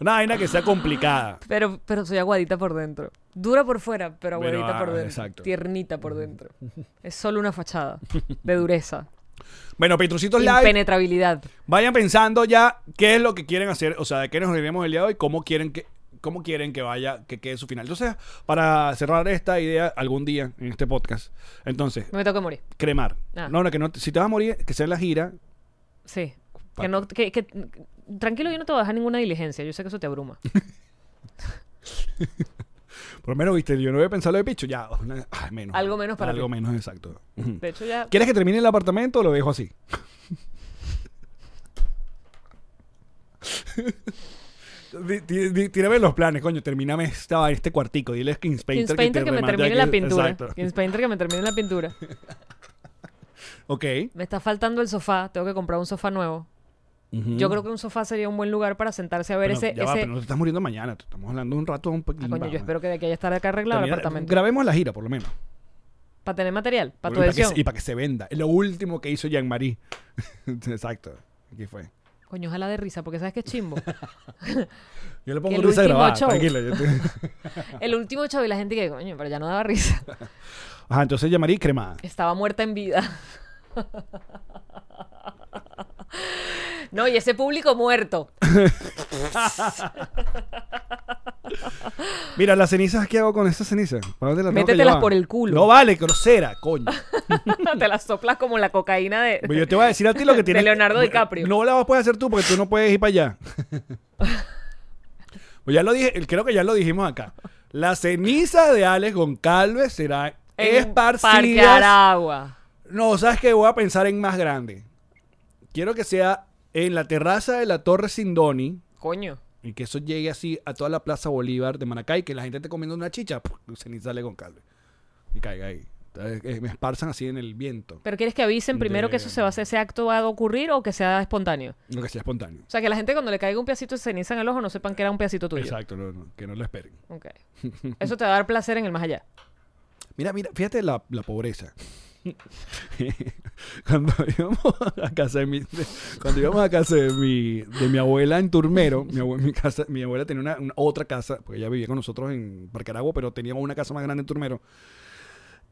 Una vaina que sea complicada.
Pero, pero soy aguadita por dentro. Dura por fuera, pero
Bueno,
aguadita
ah,
por dentro.
exacto.
Tiernita por dentro. Es solo una fachada
[LAUGHS]
de dureza.
Bueno, Petrucitos Live.
Impenetrabilidad.
Vayan pensando ya qué es lo que quieren hacer, o sea, de qué nos reuniremos el día de hoy, cómo quieren que cómo quieren que vaya, que quede su final. Entonces, para cerrar esta idea algún día en este podcast. Entonces,
Me toca morir.
cremar.
Ah.
No, no, que no, si te vas a morir, que sea en la gira.
Sí.
Pa-
Que no, que, que- tranquilo, yo no te voy a dejar ninguna diligencia. Yo sé que eso te abruma.
Por lo menos, viste, yo no voy a pensar lo de picho, ya, [LAUGHS] una- ay, menos.
Algo menos para
Algo
ti.
menos, exacto.
De hecho, ya.
¿Quieres [LAUGHS] que termine el apartamento o lo dejo así? Di- di- di- Tírame los planes, coño. Termíname esta, este cuartico. Diles que Inspainter,
Kings Painter que, me
remate
termine la
aquí.
pintura.
Exacto. [LAUGHS]
Kings Painter que me termine la pintura.
Ok.
Me está faltando el sofá. Tengo que comprar un sofá nuevo. Yo creo que un sofá sería un buen lugar para sentarse a ver
Pero
ese...
Mm. ya va,
ese-
pero no te estás muriendo mañana. te estamos hablando un rato un poquito.
Ah, coño, yo espero que de aquí haya estar acá arreglado el apartamento.
Grabemos la gira, por lo menos.
Para tener material, para tu
Bueno, y que
edición.
se- y para que se venda. Es lo último que hizo Jean-Marie. [LAUGHS] Exacto. Aquí fue.
Coño, ojalá de risa, porque sabes que es chimbo.
Yo le
pongo
pongo
el risa
risa
último
grabada.
grabada, show. tranquila, [LAUGHS]
Ajá,
el último show y la gente que, coño, pero ya no daba risa. [LAUGHS]
entonces Jean-Marie cremada.
Estaba muerta en vida. [LAUGHS] No, y ese público muerto. [LAUGHS]
Mira, las cenizas, ¿qué hago con esas cenizas? ¿Para dónde las tengo que
Métetelas
llevar?
por el culo.
No vale, grosera, coño.
Te la soplas como la cocaína de.
Pues yo te voy a decir a ti lo que
De
tienes.
Leonardo
Bueno,
DiCaprio.
No la puedes hacer tú porque tú no puedes ir para
[LAUGHS]
allá. pues ya lo dije, creo que ya lo dijimos acá. La ceniza de Alex Goncalves será
[LAUGHS] en un Parque
esparcida.
Aragua.
No, sabes que voy a pensar en más grande. Quiero que sea en la terraza de la Torre Sindoni
Coño.
y que eso llegue así a toda la Plaza Bolívar de Maracay, que la gente esté comiendo una chicha, ¡puf! ceniza de Alex Goncalves y caiga ahí. Entonces, eh, me esparzan así en el viento,
¿Pero quieres que avisen primero que eso se va a hacer, ese acto va a ocurrir o que sea espontáneo?
lo que sea espontáneo.
O sea, que la gente cuando le caiga un pedacito de ceniza en el ojo no sepan que era un pedacito tuyo.
Exacto, no, no, que no lo esperen.
Ok. Eso te va a dar placer en el más allá.
Mira, mira, fíjate la, la pobreza. [LAUGHS] cuando íbamos a casa de mi de- cuando íbamos a casa de mi de mi abuela en Turmero, mi abue- mi casa, mi abuela tenía una, una otra casa, porque ella vivía con nosotros en Parcaragua, pero teníamos una casa más grande en Turmero.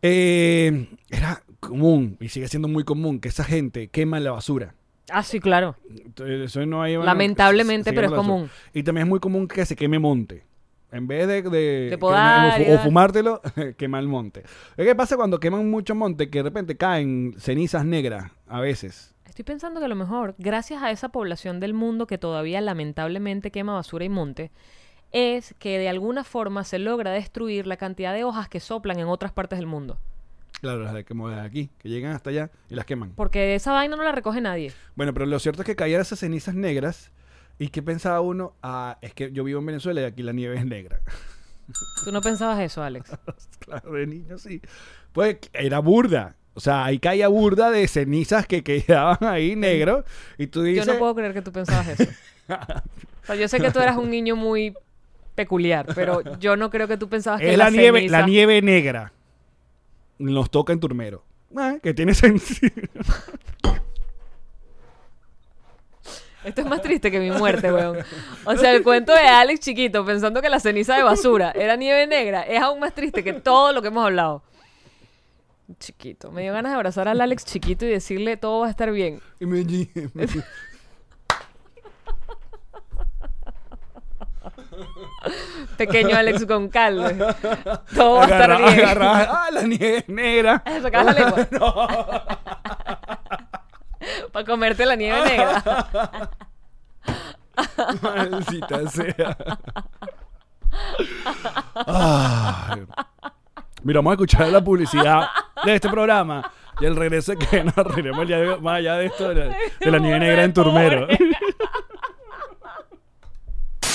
Eh, era común y sigue siendo muy común que esa gente quema la basura.
Ah, sí, claro.
Entonces, Eh, eso no hay-
Lamentablemente,
sí,
pero es
basura.
común.
Y también es muy común que se queme monte. En vez de, de
De
quemar-
podar
o,
y
fu- o
dar.
fumártelo, [LAUGHS] quema el monte. Es que pasa cuando queman mucho monte que de repente caen cenizas negras a veces.
Estoy pensando que a lo mejor, gracias a esa población del mundo que todavía lamentablemente quema basura y monte, es que de alguna forma se logra destruir la cantidad de hojas que soplan en otras partes del mundo.
Claro, las de que de aquí, que llegan hasta allá y las queman.
Porque esa vaina no la recoge nadie.
Bueno, pero lo cierto es que caían esas cenizas negras y que pensaba uno, ah, es que yo vivo en Venezuela y aquí la nieve es negra.
Tú no pensabas eso, Alex.
claro, de niño sí. Pues era burda. O sea, ahí caía burda de cenizas que quedaban [LAUGHS] ahí negro y tú
Yo
dices...
no puedo creer que tú pensabas eso. O sea, yo sé que tú eras un niño muy peculiar, pero yo no creo que tú pensabas que
Es la
las
nieve, la
cenizas-
nieve negra. Nos toca en Turmero. Ah, que tiene [LAUGHS] sentido.
Esto es más triste que mi muerte, weón. O sea, el cuento de Alex chiquito pensando que la ceniza de basura era nieve negra es aún más triste que todo lo que hemos hablado. Chiquito. Me dio ganas de abrazar al Alex chiquito y decirle todo va a estar bien.
Y me- y
[LAUGHS]
me-
Pequeño Alex con calma. Todo va a estar
agarra-
bien. [LAUGHS]
agarra- ah, la nieve negra.
Sacabas la
[LAUGHS]
lengua. [LAUGHS] Para comerte la nieve negra.
[LAUGHS] Maldita sea. Ay. Mira, vamos a escuchar la publicidad de este programa y el regreso es que nos reiremos ya de- más allá de esto de la, de la nieve negra en Turmero.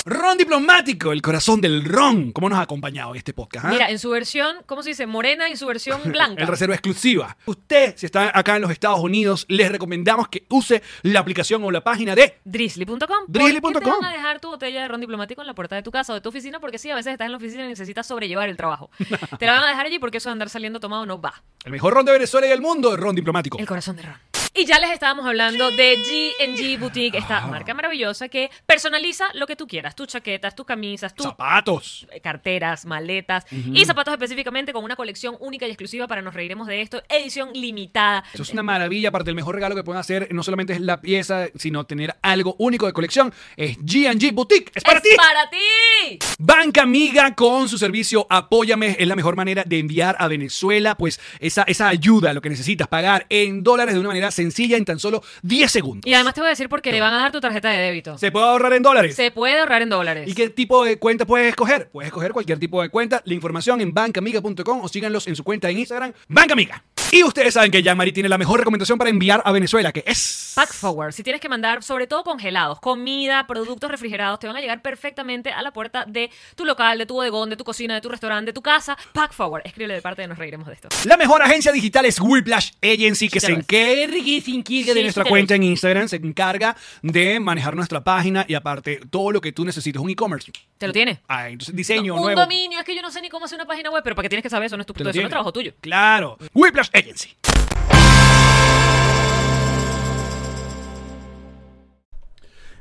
Ron diplomático, el corazón del ron. ¿Cómo nos ha acompañado en este podcast? ah?
Mira, en su versión, ¿cómo se dice? Morena y
[LAUGHS]
su versión
El
blanca.
reserva exclusiva. Usted, si está acá en los Estados Unidos, les recomendamos que use la aplicación o la página de
Drizzly.com.
Drizzly
¿Por qué
punto
te
com?
van a dejar tu botella de ron diplomático en la puerta de tu casa o de tu oficina? Porque sí, a veces estás en la oficina y necesitas sobrellevar el
[LAUGHS]
trabajo. te la van a dejar allí porque eso de andar saliendo tomado no va.
el mejor ron de Venezuela y del mundo, el ron diplomático.
El corazón de ron. Y ya les estábamos hablando de G&G Boutique, esta
Ah.
marca maravillosa que personaliza lo que tú quieras. Tus chaquetas, tus camisas, tus
Zapatos.
carteras, maletas y zapatos específicamente con una colección única y exclusiva para Nos Reiremos de Esto, edición limitada.
Eso es una maravilla, aparte el mejor regalo que pueden hacer no solamente es la pieza, sino tener algo único de colección. Es G&G Boutique, es para
¡Es
ti.
para ti!
Banca Amiga con su servicio Apóyame es la mejor manera de enviar a Venezuela pues esa, esa ayuda, lo que necesitas pagar en dólares de una manera sencilla en tan solo 10 segundos.
Y además te voy a decir porque le van a dar tu tarjeta de débito.
¿Se puede ahorrar en dólares?
Se puede ahorrar en dólares.
¿Y qué tipo de cuenta puedes escoger? Puedes escoger cualquier tipo de cuenta. La información en bancamiga.com o síganlos en su cuenta en Instagram, Bancamiga.
Y ustedes saben que Jean-Marie tiene la mejor recomendación para enviar a Venezuela, que es...
Pack Forward. Si tienes que mandar, sobre todo congelados, comida, productos refrigerados, te van a llegar perfectamente a la puerta de tu local, de tu bodegón, de tu cocina, de tu restaurante, de tu casa. Pack Forward. Escríbele de parte de Nos Reiremos de Esto.
La mejor agencia digital es Whiplash Agency, que
Sí,
se
tal vez.
encargue, se encargue
Sí,
de nuestra
tal
cuenta en Instagram, se encarga de manejar nuestra página y aparte todo lo que tú necesites, un e-commerce.
¿Te lo tiene?
Ah, entonces diseño
un
nuevo.
dominio, es que yo no sé ni cómo hacer una página web, pero para qué tienes que saber eso, no es tu,
¿Te
eso
lo
no es
tiene?
trabajo tuyo.
Claro. Whiplash Agency.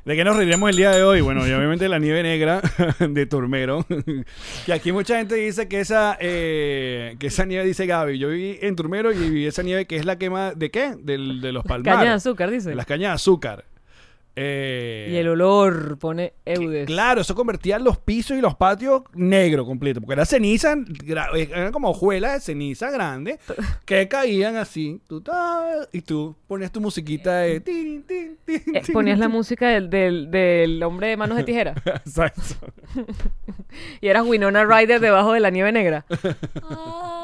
¿De qué nos reiremos el día de hoy? Bueno, y obviamente la nieve negra [LAUGHS] de Turmero. Que aquí mucha gente dice que esa, eh, que esa nieve, dice Gaby, yo viví en Turmero y viví esa nieve que es la quema de qué? Del- de los palmares.
Caña de azúcar, dice.
De las cañas de azúcar. Eh,
Y el olor pone Eudes.
Claro, eso convertía los pisos y los patios negro completo, porque era ceniza, gra- eh, eran como hojuelas de ceniza grande que caían así, tú, ta, y tú ponías tu musiquita de... tin, tin, tin,
Eh,
tin,
ponías la
[LAUGHS]
tin.
música del, del- del hombre de manos de tijera
[LAUGHS] Exacto.
y eras Winona Ryder debajo de la nieve [LAUGHS] negra. Ah.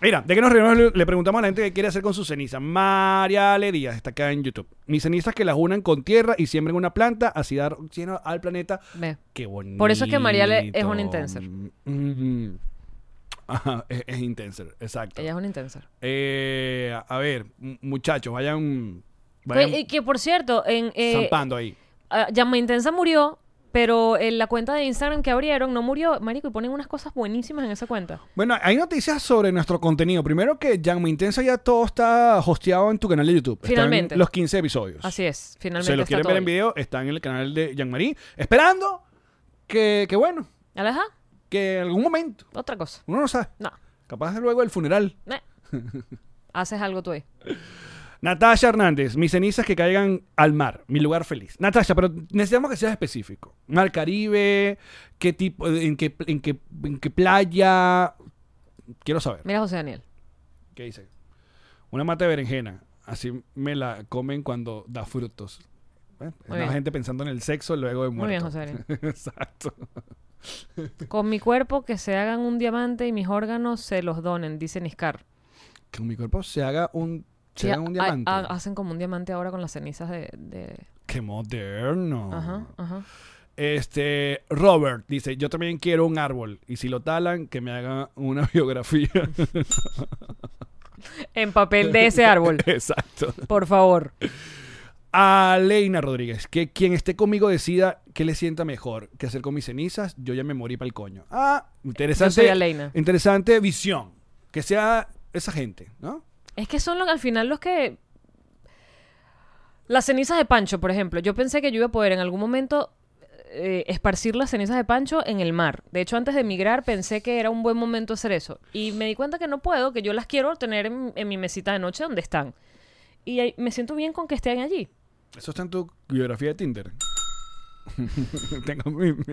Mira, de que nos reunimos le- le preguntamos a la gente qué quiere hacer con su ceniza. María Ale Díaz está acá en YouTube. Mis cenizas que las unan con tierra y siembren una planta, así dar oxígeno al planeta.
Ve.
Qué bonito.
Por eso es que María Ale es una intenser.
Mm. Ajá, es, es intenser, exacto.
Ella es un intenso.
Eh, a ver, m- muchachos, vayan, vayan
Que, que, por cierto, en eh,
zampando ahí.
ah, Llama Intensa murió, pero en la cuenta de Instagram que abrieron no murió, marico, y ponen unas cosas buenísimas en esa cuenta.
Bueno, hay noticias sobre nuestro contenido. Primero que Jan Me Intensa ya todo está hosteado en tu canal de YouTube. Están
Finalmente.
los 15 episodios.
Así es, finalmente
Se los
está
quieren
todo
ver en
ahí.
video, están en el canal de Jean-Marie. Esperando que, que, bueno,
Aleja,
que en algún momento,
otra cosa.
uno no sabe,
No,
capaz de luego del funeral. [LAUGHS]
eh. haces algo tú ahí.
Natasha Hernández, mis cenizas que caigan al mar, mi lugar feliz. Natasha, pero necesitamos que seas específico. Mar Caribe, qué tipo, en qué, en qué, en qué playa. Quiero saber.
Mira, José Daniel.
¿Qué dice? Una mata de berenjena. Así me la comen cuando da frutos. ¿Eh? Es
Muy
la
bien.
gente pensando en el sexo luego de muerto.
Muy bien, José Daniel.
[LAUGHS] Exacto.
Con mi cuerpo que se hagan un diamante y mis órganos se los donen, dice Niscar.
Que mi cuerpo se haga un, se
Sí,
haga un
ha- ha-
diamante.
Ah, hacen como un diamante ahora con las cenizas de... de-
Qué moderno.
Ajá, ajá.
Este, Robert dice, yo también quiero un árbol. Y si lo talan, que me haga una [LAUGHS] biografía.
[LAUGHS] En papel de
[LAUGHS]
ese árbol,
Exacto.
por favor.
A Leina Rodríguez, que quien esté conmigo decida qué le sienta mejor que hacer con mis cenizas. Yo ya me morí para el coño. Ah, interesante.
Yo soy Aleina.
Interesante visión. Que sea esa gente, ¿no?
Es que son los- al final los que... Las cenizas de Pancho, por ejemplo. Yo pensé que yo iba a poder en algún momento eh, esparcir las cenizas de Pancho en el mar. De hecho, antes de emigrar pensé que era un buen momento hacer eso. Y me di cuenta que no puedo, que yo las quiero tener en, en mi mesita de noche donde están. Y ahí- me siento bien con que estén allí.
Eso está en tu biografía de
[LAUGHS]
Tinder. [LAUGHS] Tengo mi, mi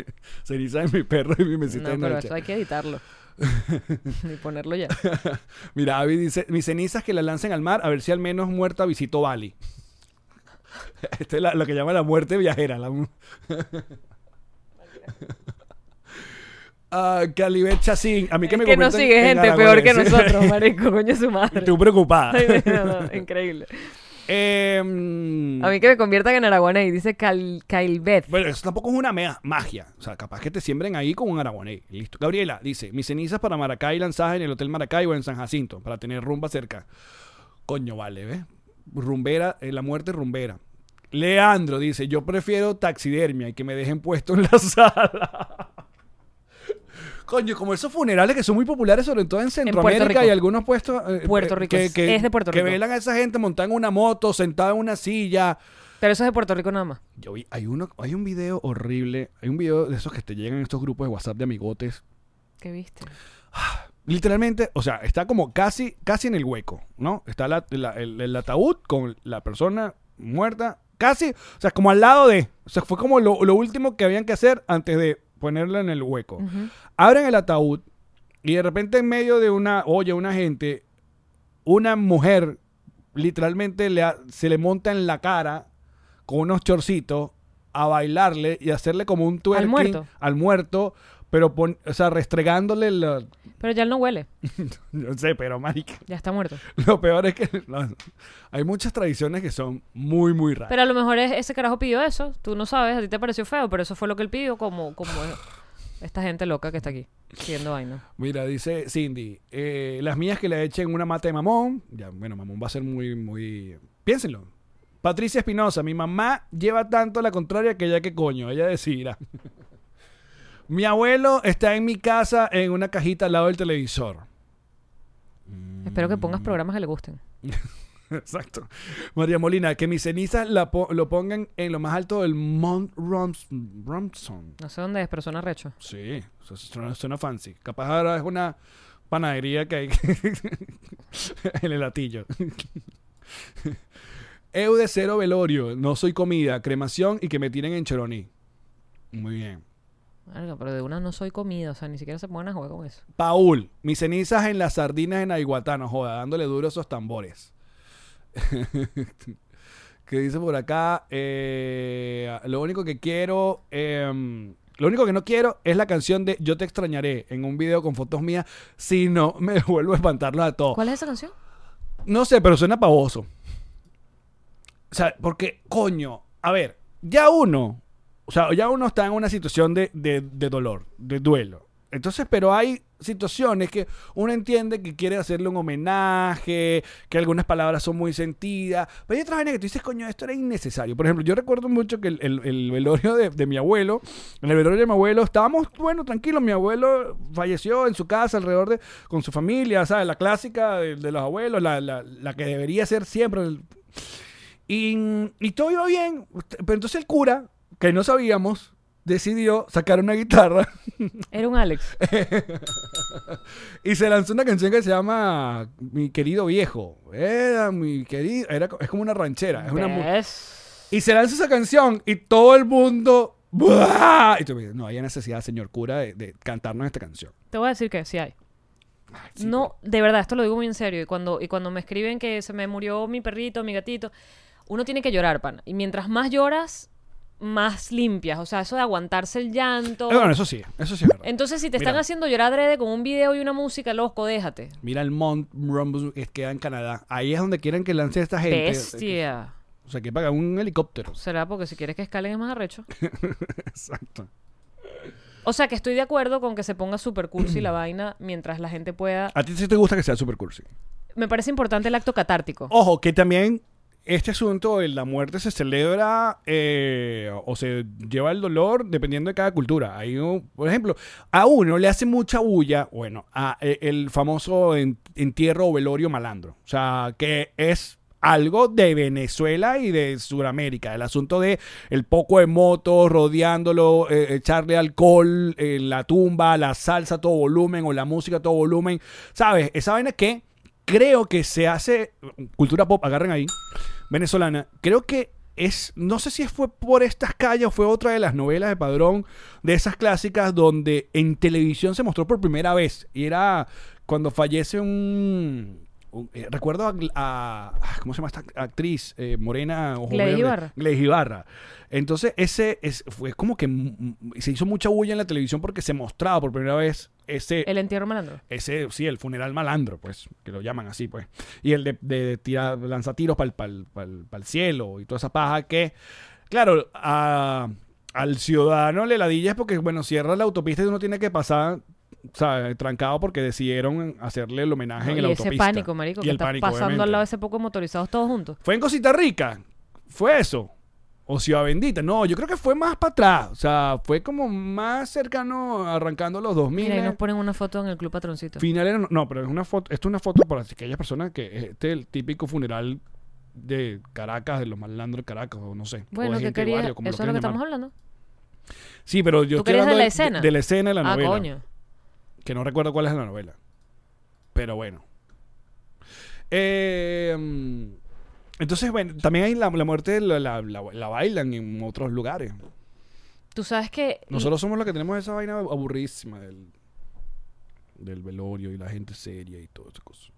ceniza de mi perro y mi mesita
No,
de
pero
noche.
eso hay
[LAUGHS]
que editarlo. Ni ponerlo ya.
Mira, Avi dice, mis cenizas que la lancen al mar, a ver si al menos muerta visitó Bali. [LAUGHS] Esto es la- lo que llama la muerte viajera. La... mu- [LAUGHS] Ah, Calibet Chacín, a mí que
Es
me
que nos
conviertan
sigue
en
gente peor que
aragonés.
nosotros, marico, coño su
[LAUGHS]
madre.
Estoy preocupada.
[LAUGHS] Ay, no, no, increíble.
Eh, mm,
A mí que me conviertan en aragonés, dice Cal Calvet.
Bueno, eso tampoco es una mea- magia. O sea, capaz que te siembren ahí con un aragonés. Listo. Gabriela dice: Mis cenizas para Maracay lanzadas en el Hotel Maracay o en San Jacinto para tener rumba cerca. Coño, vale, ¿ves? Rumbera, eh, la muerte rumbera. Leandro dice: Yo prefiero taxidermia y que me dejen puesto en la [LAUGHS] sala. Coño, como esos funerales que son muy populares, sobre todo en Centroamérica
Rico.
y algunos puestos. eh,
Puerto
eh,
Rico, es- es de Puerto
Que
Rico.
velan a esa gente montada en una moto, sentada en una silla.
Pero eso es de Puerto Rico nada más.
Yo vi, hay uno, hay un video horrible, hay un video de esos que te llegan en estos grupos de WhatsApp de amigotes.
¿Qué viste?
Literalmente, o sea, está como casi, casi en el hueco, ¿no? Está la- la- el, el ataúd con la persona muerta, casi, o sea, como al lado de, o sea, fue como lo, lo último que habían que hacer antes de ponerla en el hueco. Abren el ataúd y de repente en medio de una olla, una gente, una mujer literalmente le ha- se le monta en la cara con unos chorcitos a bailarle y hacerle como un twerking
muerto.
al muerto, pero pon- o sea, restregándole la...
[LAUGHS] Pero ya él no huele.
Yo sé, pero marica. [LAUGHS]
Ya está muerto.
Lo peor es que [LAUGHS] no, hay muchas tradiciones que son muy, muy raras.
Pero a lo mejor es- ese carajo pidió eso. Tú no sabes, a ti te pareció feo, pero eso fue lo que él pidió, como, como esta gente loca que está aquí, pidiendo vaina.
Mira, dice Cindy, eh, las mías que le echen una mata de mamón. Ya, bueno, mamón va a ser muy, muy. Piénsenlo. Patricia Espinosa, mi mamá lleva tanto la contraria que ya que coño, ella decidirá. [LAUGHS] mi abuelo está en mi casa en una cajita al lado del televisor. [LAUGHS]
Espero que pongas programas que le gusten.
Exacto. María Molina, que mis cenizas la po- lo pongan en lo más alto del Mount Roms- Romson.
No sé dónde es, pero suena recho.
Sí, eso suena, suena fancy. Capaz ahora es una panadería que hay [LAUGHS] en el latillo. [LAUGHS] Eu de cero velorio, no soy comida, cremación y que me tiren en choroní. Muy bien.
Verga, pero de una no soy comida, o sea, ni siquiera se pongan a jugar con eso.
Paul, mis cenizas en las sardinas en Aiguatá, no joda, dándole duro a esos tambores. [LAUGHS] que dice por acá, eh, lo único que quiero, em, lo único que no quiero es la canción de Yo te extrañaré en un video con fotos mías, si no [LAUGHS] me vuelvo a espantarlos a todos.
¿Cuál es esa canción?
No sé, pero suena pavoso. O sea, porque, coño, a ver, ya uno, o sea, ya uno está en una situación de, de- de dolor, de duelo. Entonces, pero hay situaciones que uno entiende que quiere hacerle un homenaje, que algunas palabras son muy sentidas, pero hay otras vainas que tú dices, coño, esto era innecesario. Por ejemplo, yo recuerdo mucho que el, el- el velorio de, de mi abuelo, en el velorio de mi abuelo, estábamos, bueno, tranquilos, mi abuelo falleció en su casa alrededor de, con su familia, ¿sabes? La clásica de, de los abuelos, la, la- la que debería ser siempre, el- y, y todo iba bien. Pero entonces el cura, que no sabíamos, decidió sacar una guitarra [LAUGHS]
Era un Alex.
y se lanzó una canción que se llama Mi querido viejo. Era mi querido. Era, co- es como una ranchera. Es una mu-
¿Ves?
y se lanzó esa canción y todo el mundo. ¡buah! Y tú me dices, no hay necesidad, señor cura, de, de cantarnos esta canción.
Te voy a decir que sí hay. no, de verdad, esto lo digo muy en serio. Y cuando, y cuando me escriben que se me murió mi perrito, mi gatito, uno tiene que llorar, pana. Y mientras más lloras, más limpias. O sea, eso de aguantarse el llanto.
Eh, bueno, eso sí, eso sí es verdad.
Entonces, si te están
Mira.
haciendo llorar adrede con un video y una música, loco, déjate.
Mira el Mont Rumble que queda en Canadá. Ahí es donde quieren que lance esta gente.
Bestia.
O sea, que pagan un helicóptero. [LAUGHS]
Será porque si quieres que escalen es más arrecho.
Exacto.
O sea, que estoy de acuerdo con que se ponga super cursi la vaina mientras la gente pueda.
A ti sí te gusta que sea super cursi.
Me parece importante el acto catártico.
Ojo, que también este asunto de la muerte se celebra eh, o se lleva el dolor dependiendo de cada cultura. Hay un- por ejemplo, a uno le hace mucha bulla, bueno, a, e- el famoso en- entierro o velorio malandro. O sea, que es algo de Venezuela y de Sudamérica. El asunto de el poco de motos rodeándolo, eh, echarle alcohol en la tumba, la salsa a todo volumen o la música a todo volumen. ¿Sabes? Esa vaina que creo que se hace cultura pop, agarren ahí, venezolana. Creo que es, no sé si fue por estas calles o fue otra de las novelas de Padrón, de esas clásicas donde en televisión se mostró por primera vez. Y era cuando fallece un... un- eh, recuerdo a, a- ah, ¿Cómo se llama esta actriz? Eh, morena. ojo
Gladys
verde.
Ibarra.
Gladys Ibarra. Entonces, ese es, fue como que mm, mm, se hizo mucha bulla en la televisión porque se mostraba por primera vez ese,
El entierro malandro.
ese, sí, el funeral malandro, pues, que lo llaman así, pues. Y el de, de tirar, lanzatiros para el cielo y toda esa paja que, claro, a- al ciudadano le ladilla es porque, bueno, cierra la autopista y uno tiene que pasar, ¿sabes? Trancado porque decidieron hacerle el homenaje en
y
la
ese
autopista.
pánico, marico,
Y
que
el
está
pánico,
pasando
obviamente.
al lado de ese poco de motorizados todos juntos.
¿Fue en Cosita Rica? ¿Fue eso? ¿O Ciudad Bendita? No, yo creo que fue más para atrás. O sea, fue como más cercano arrancando los 2000.
Mira, y nos ponen una foto en el club patroncito.
Finales, no, no, pero es una foto, esto es una foto para aquellas personas que este es el típico funeral de Caracas, de los malandros de Caracas, o no sé. o
Bueno,
de
¿qué
gente de
quería?
barrio, como
Eso es lo que
quieran
estamos
llamar.
hablando.
Sí, pero yo
¿Tú
estoy
querías
hablando
de la
de
escena?
De, la escena de la
Ah,
novela.
coño.
Que no recuerdo cuál es la novela. Pero bueno. Eh, mm, entonces, bueno, también hay la, la muerte, la, la- la- la bailan en otros lugares.
Tú sabes que
Nosotros somos los que tenemos esa vaina aburridísima del, del velorio y la gente seria y todas esas cosas.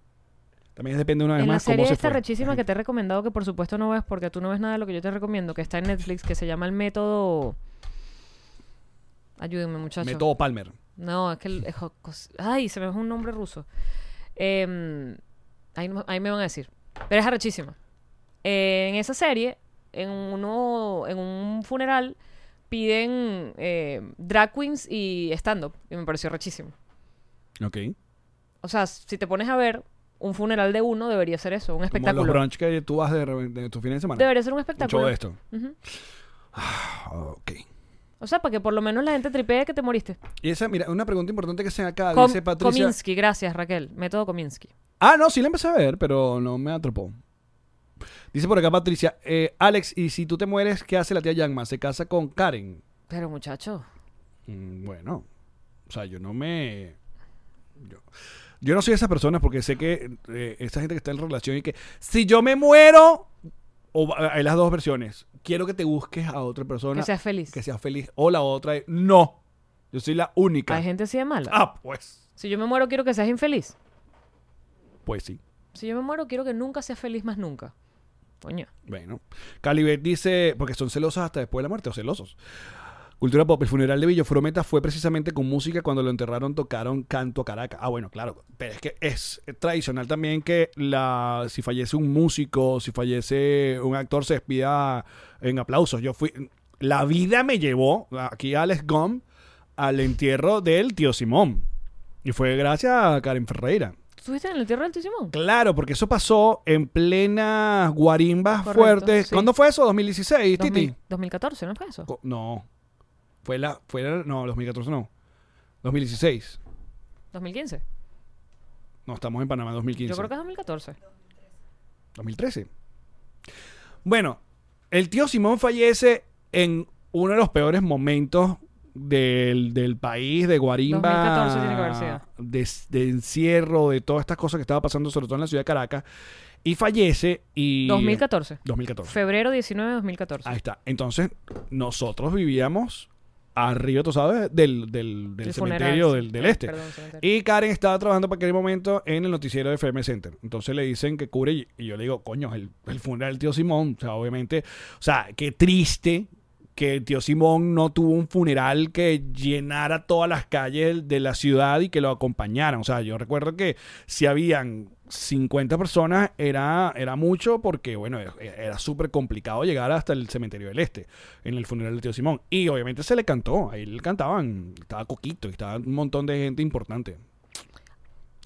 También depende una vez
en la
más cómo
serie
se
esta
fue.
rechísima que te he recomendado, que por supuesto no ves porque tú no ves nada de lo que yo te recomiendo, que está en Netflix, que se llama El Método... Ayúdenme, muchachos.
Método Palmer.
No, es que... el- es Hokos- ay, se me fue un nombre ruso. Em, ahí, no- ahí me van a decir. Pero es arrechísima. Eh, en esa serie, en, uno, en un funeral, piden eh, drag queens y stand-up. Y me pareció rechísimo.
Ok.
O sea, si te pones a ver, un funeral de uno debería ser eso, un
Como los
espectáculo.
brunch que tú vas de, re- de tu fin de semana.
Debería ser un
Un show
espectáculo.
de esto.
Ujú.
Ah, ok.
O sea, para que por lo menos la gente tripee que te moriste.
Y esa, mira, una pregunta importante que se acá,
Com-
Ah, dice Patricia.
Kominsky, gracias Raquel. Método Kominsky.
Ah, no, sí la empecé a ver, pero no me atrapó. Dice por acá Patricia, eh, Alex, y si tú te mueres, ¿qué hace la tía Yangma? ¿Se casa con Karen?
Pero muchacho,
Mm, bueno, o sea, yo no me... Yo, yo no soy esas personas porque sé que eh, esa gente que está en relación y que si yo me muero, o, va- hay las dos versiones, quiero que te busques a otra persona
que seas feliz.
que sea feliz, o la otra es, no, yo soy la única.
Hay gente así de mala.
Ah, pues,
Si yo me muero, quiero que seas infeliz.
pues sí.
Si yo me muero, quiero que nunca seas feliz más nunca. Coño.
Bueno, Calibet dice, porque son celosas hasta después de la muerte, o celosos. Cultura Pop, el funeral de Villofrometa fue precisamente con música cuando lo enterraron, tocaron Canto a Caracas. Ah, bueno, claro, pero es que es tradicional también que la, si fallece un músico, si fallece un actor, se despida en aplausos. Yo fui, la vida me llevó aquí a Alex Gom al entierro del tío Simón. Y fue gracias a Karen Ferreira.
¿Estuviste en el entierro del tío Simón?
Claro, porque eso pasó en plenas guarimbas
Correcto,
fuertes.
sí.
¿Cuándo fue eso? ¿2016,
2000
Titi?
2014, ¿no fue eso?
Co- No. Fue la, fue la- No, 2014 no. 2016.
2015.
No, estamos en Panamá 2015.
Yo creo que es 2014.
2013. Bueno, el tío Simón fallece en uno de los peores momentos del, del país, de Guarimba.
2014 tiene que haber sido.
De, de encierro, de todas estas cosas que estaba pasando, sobre todo en la ciudad de Caracas. Y fallece y... eh,
2014.
2014.
Febrero 19 de 2014.
Ahí está. Entonces, nosotros vivíamos arriba, tú sabes, del, del, del
El funeral,
cementerio
sí.
del, del
Ah,
este.
perdón, cementerio.
Y Karen estaba trabajando para aquel momento en el noticiero de FM Center. Entonces le dicen que cubre y, y yo le digo, coño, el, el funeral del tío Simón. O sea, obviamente, o sea, qué triste que el tío Simón no tuvo un funeral que llenara todas las calles de la ciudad y que lo acompañaran. O sea, yo recuerdo que si habían 50 personas era, era mucho porque, bueno, era, era súper complicado llegar hasta el cementerio del Este en el funeral del tío Simón. Y obviamente se le cantó, ahí le cantaban, estaba Coquito y estaba un montón de gente importante.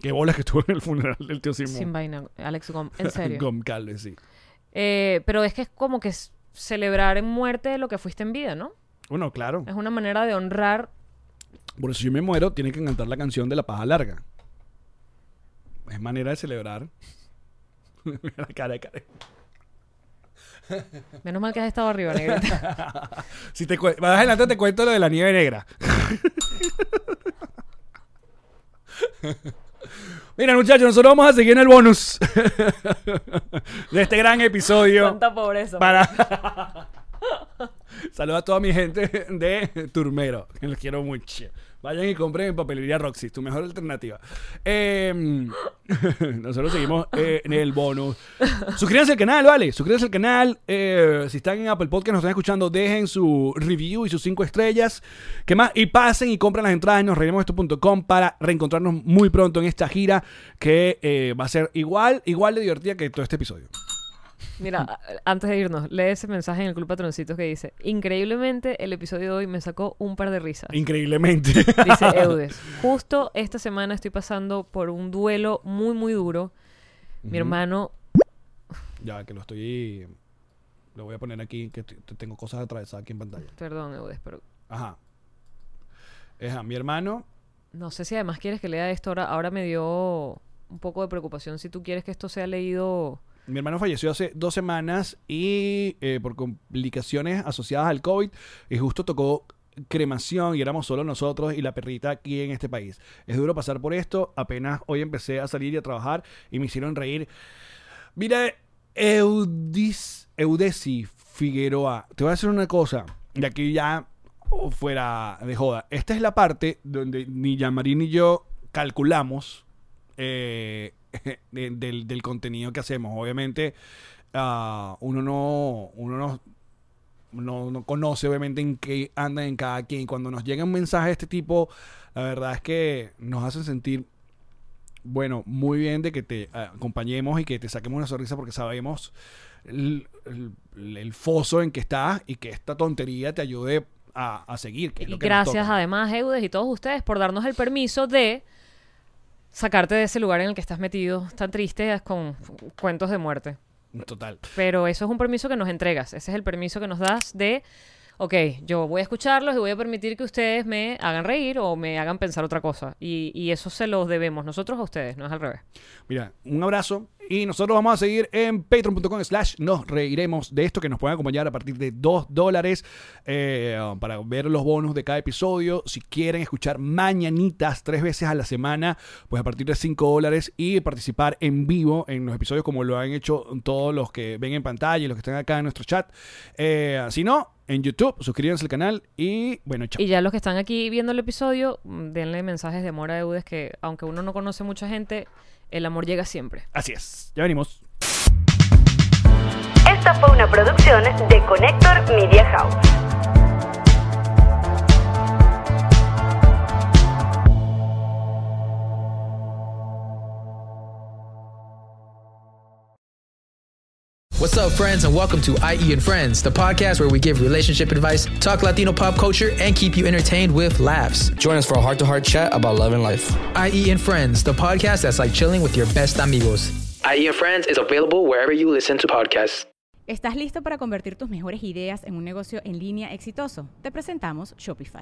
Qué bolas que estuvo en el funeral del tío Simón.
Sin vaina, Alex Gom.
[LAUGHS]
En serio.
Con Calde, sí.
Eh, pero es que es como que es celebrar en muerte lo que fuiste en vida, ¿no?
Bueno, claro.
Es una manera de honrar.
Por eso si yo me muero, tienen que cantar la canción de la paja larga. Es manera de celebrar. [LAUGHS] Mira la cara de Karen.
Menos mal que has estado arriba, negrita.
Si te cue- más adelante te cuento lo de la nieve negra. [LAUGHS] Mira, muchachos, nosotros vamos a seguir en el bonus [LAUGHS] de este gran
[LAUGHS]
episodio.
Cuánta pobreza.
Para. Saludos a toda mi gente de Turmero, que los quiero mucho. Vayan y compren en papelería Roxy, tu mejor alternativa. Eh, [LAUGHS] nosotros seguimos eh, en el bonus. Suscríbanse al canal, ¿vale? Suscríbanse al canal. eh, si están en Apple Podcast, nos están escuchando, dejen su review y sus cinco estrellas. ¿Qué más? Y pasen y compren las entradas en nosreiremosesto.com para reencontrarnos muy pronto en esta gira que eh, va a ser igual, igual de divertida que todo este episodio.
Mira, a- antes de irnos, lee ese mensaje en el Club Patroncitos que dice: Increíblemente, el episodio de hoy me sacó un par de risas.
Increíblemente. [LAUGHS]
Dice Eudes. Justo esta semana estoy pasando por un duelo muy, muy duro. Mi hermano,
Ya, que lo estoy. Lo voy a poner aquí, que t- t- tengo cosas atravesadas aquí en pantalla.
perdón, Eudes, pero
Ajá. Es a mi hermano.
no sé si además quieres que lea esto ahora. Ahora me dio un poco de preocupación si tú quieres que esto sea leído.
Mi hermano falleció hace dos semanas y eh, por complicaciones asociadas al COVID, y justo tocó cremación y éramos solo nosotros y la perrita aquí en este país. Es duro pasar por esto. Apenas hoy empecé a salir y a trabajar y me hicieron reír. Mira, Eudis, Eudesi Figueroa, te voy a decir una cosa, de aquí ya oh, fuera de joda. Esta es la parte donde ni Yamarín ni yo calculamos eh, [LAUGHS] de- del, del contenido que hacemos. Obviamente, ah, uno no, uno no no, no conoce obviamente en qué andan en cada quien. Cuando nos llegan mensajes de este tipo, la verdad es que nos hacen sentir, bueno, muy bien de que te ah, acompañemos y que te saquemos una sonrisa porque sabemos el, el- el foso en que estás y que esta tontería te ayude a, a seguir. que es
Y
lo que nos
gracias
toca.
además, Eudes y todos ustedes, por darnos el permiso de sacarte de ese lugar en el que estás metido tan triste con cuentos de muerte.
Total.
Pero eso es un permiso que nos entregas. Ese es el permiso que nos das de, ok, yo voy a escucharlos y voy a permitir que ustedes me hagan reír o me hagan pensar otra cosa. Y, y eso se los debemos nosotros a ustedes, no es al revés.
Mira, un abrazo. Y nosotros vamos a seguir en patreon.com slash nos reiremos de esto que nos pueden acompañar a partir de 2 dólares eh, para ver los bonos de cada episodio. Si quieren escuchar mañanitas tres veces a la semana, pues a partir de 5 dólares y participar en vivo en los episodios como lo han hecho todos los que ven en pantalla y los que están acá en nuestro chat. Eh, si no, en YouTube, suscríbanse al canal y bueno, chao.
Y ya los que están aquí viendo el episodio, mm, denle mensajes de amor a Eudes que aunque uno no conoce mucha gente, el amor llega siempre.
Así es, ya venimos.
Esta fue una producción de Connector Media House.
What's up, friends, and welcome to IE and Friends, the podcast where we give relationship advice, talk Latino pop culture, and keep you entertained with laughs.
Join us for a heart to heart chat about love and life.
IE and Friends, the podcast that's like chilling with your best amigos.
IE E and Friends is available wherever you listen to podcasts.
¿Estás listo para convertir tus mejores ideas en un negocio en línea exitoso? Te presentamos Shopify.